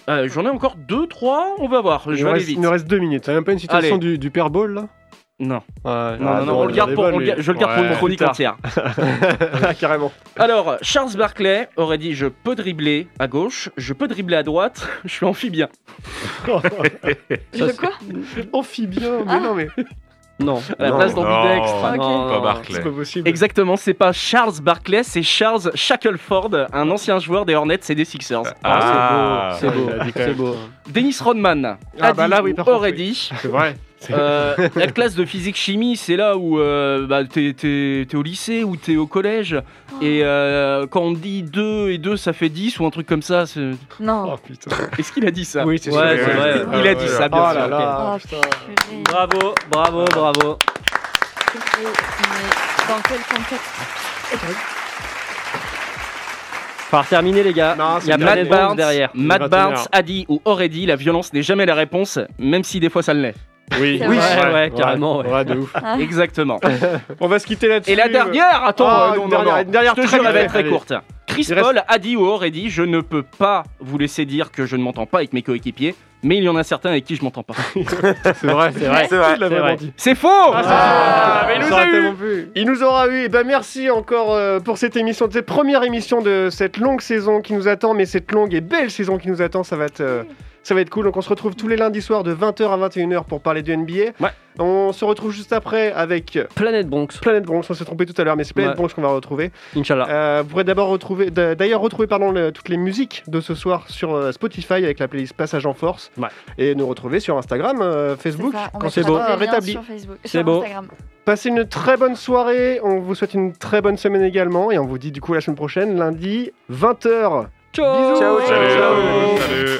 euh, J'en ai encore deux, trois. On va voir. Il Je nous vais aller reste- vite. il nous reste deux minutes. T'as même pas une Allez. citation du, du Père Ball là Non. Ouais, Ah, Non, non, non, on le garde pour, on le garde- je le garde pour une chronique entière. Carrément. Alors, Charles Barclay aurait dit Je peux dribbler à gauche, je peux dribbler à droite, je suis amphibien. quoi Amphibien, mais non mais. Non, à la Non. place d'ambidextre. Non, Non, pas non, non. Barclay. C'est pas possible. Exactement, c'est pas Charles Barclay, c'est Charles Shackelford, un ancien joueur des Hornets et des Sixers. Ah, c'est beau, il a dit quand c'est même. beau. Dennis Rodman a Ah, bah dit là, oui, ou par contre, aurait oui. dit. C'est vrai. euh, la classe de physique chimie, c'est là où euh, bah, t'es, t'es- t'es au lycée ou t'es au collège. Et euh, quand on dit 2 et 2, ça fait 10 ou un truc comme ça. c'est- Non. Est-ce qu'il a dit ça Oui, c'est Ouais, sûr. c'est vrai. Ouais, Il a ouais, dit ouais. ça, bien Oh sûr. là là. Oh, purée. Bravo, bravo, bravo. Mais Dans quel contexte Par terminer, les gars. Il y a c'est Matt Planet Barnes Bones derrière. Matt 21 Barnes heures. a dit ou aurait dit la violence n'est jamais la réponse, même si des fois ça l'est. Oui, ouais, Oui, ouais, ouais, ouais, carrément. Ouais. de ouf. Exactement. On va se quitter là-dessus. Et la dernière, attends, Ah, euh, une non, non, dernière, non. une dernière je te très jure, elle va brève. être très Allez. courte. Chris Il reste- Paul a dit ou aurait dit Je ne peux pas vous laisser dire que je ne m'entends pas avec mes coéquipiers, mais il y en a certains avec qui je m'entends pas. C'est vrai, c'est vrai. C'est Il l'a vraiment vrai. dit. C'est faux Ah, mais il On nous s'en a rappelle eu. non Il nous aura eu. Et ben merci encore euh, pour cette émission, de cette première émission de cette longue saison qui nous attend, mais cette longue et belle saison qui nous attend, ça va être. euh, Ça va être cool, donc on se retrouve tous les lundis soirs de 20h à 21h pour parler de NBA. On se retrouve juste après avec... Planète Bronx. Planète Bronx, on s'est trompé tout à l'heure, mais c'est Planète Ouais. Bronx qu'on va retrouver. Inch'Allah. Euh, vous pourrez d'abord retrouver, d'a- d'ailleurs retrouver pardon, le- toutes les musiques de ce soir sur euh, Spotify avec la playlist Passage en Force. Et nous retrouver sur Instagram, euh, Facebook, ça, on quand c'est mettra beau. Ah, tous les liens Rétabli. sur Facebook- sur Instagram. Passez une très bonne soirée, on vous souhaite une très bonne semaine également et on vous dit du coup à la semaine prochaine, lundi 20h. Ciao Ciao, ciao, Salut, ciao. salut.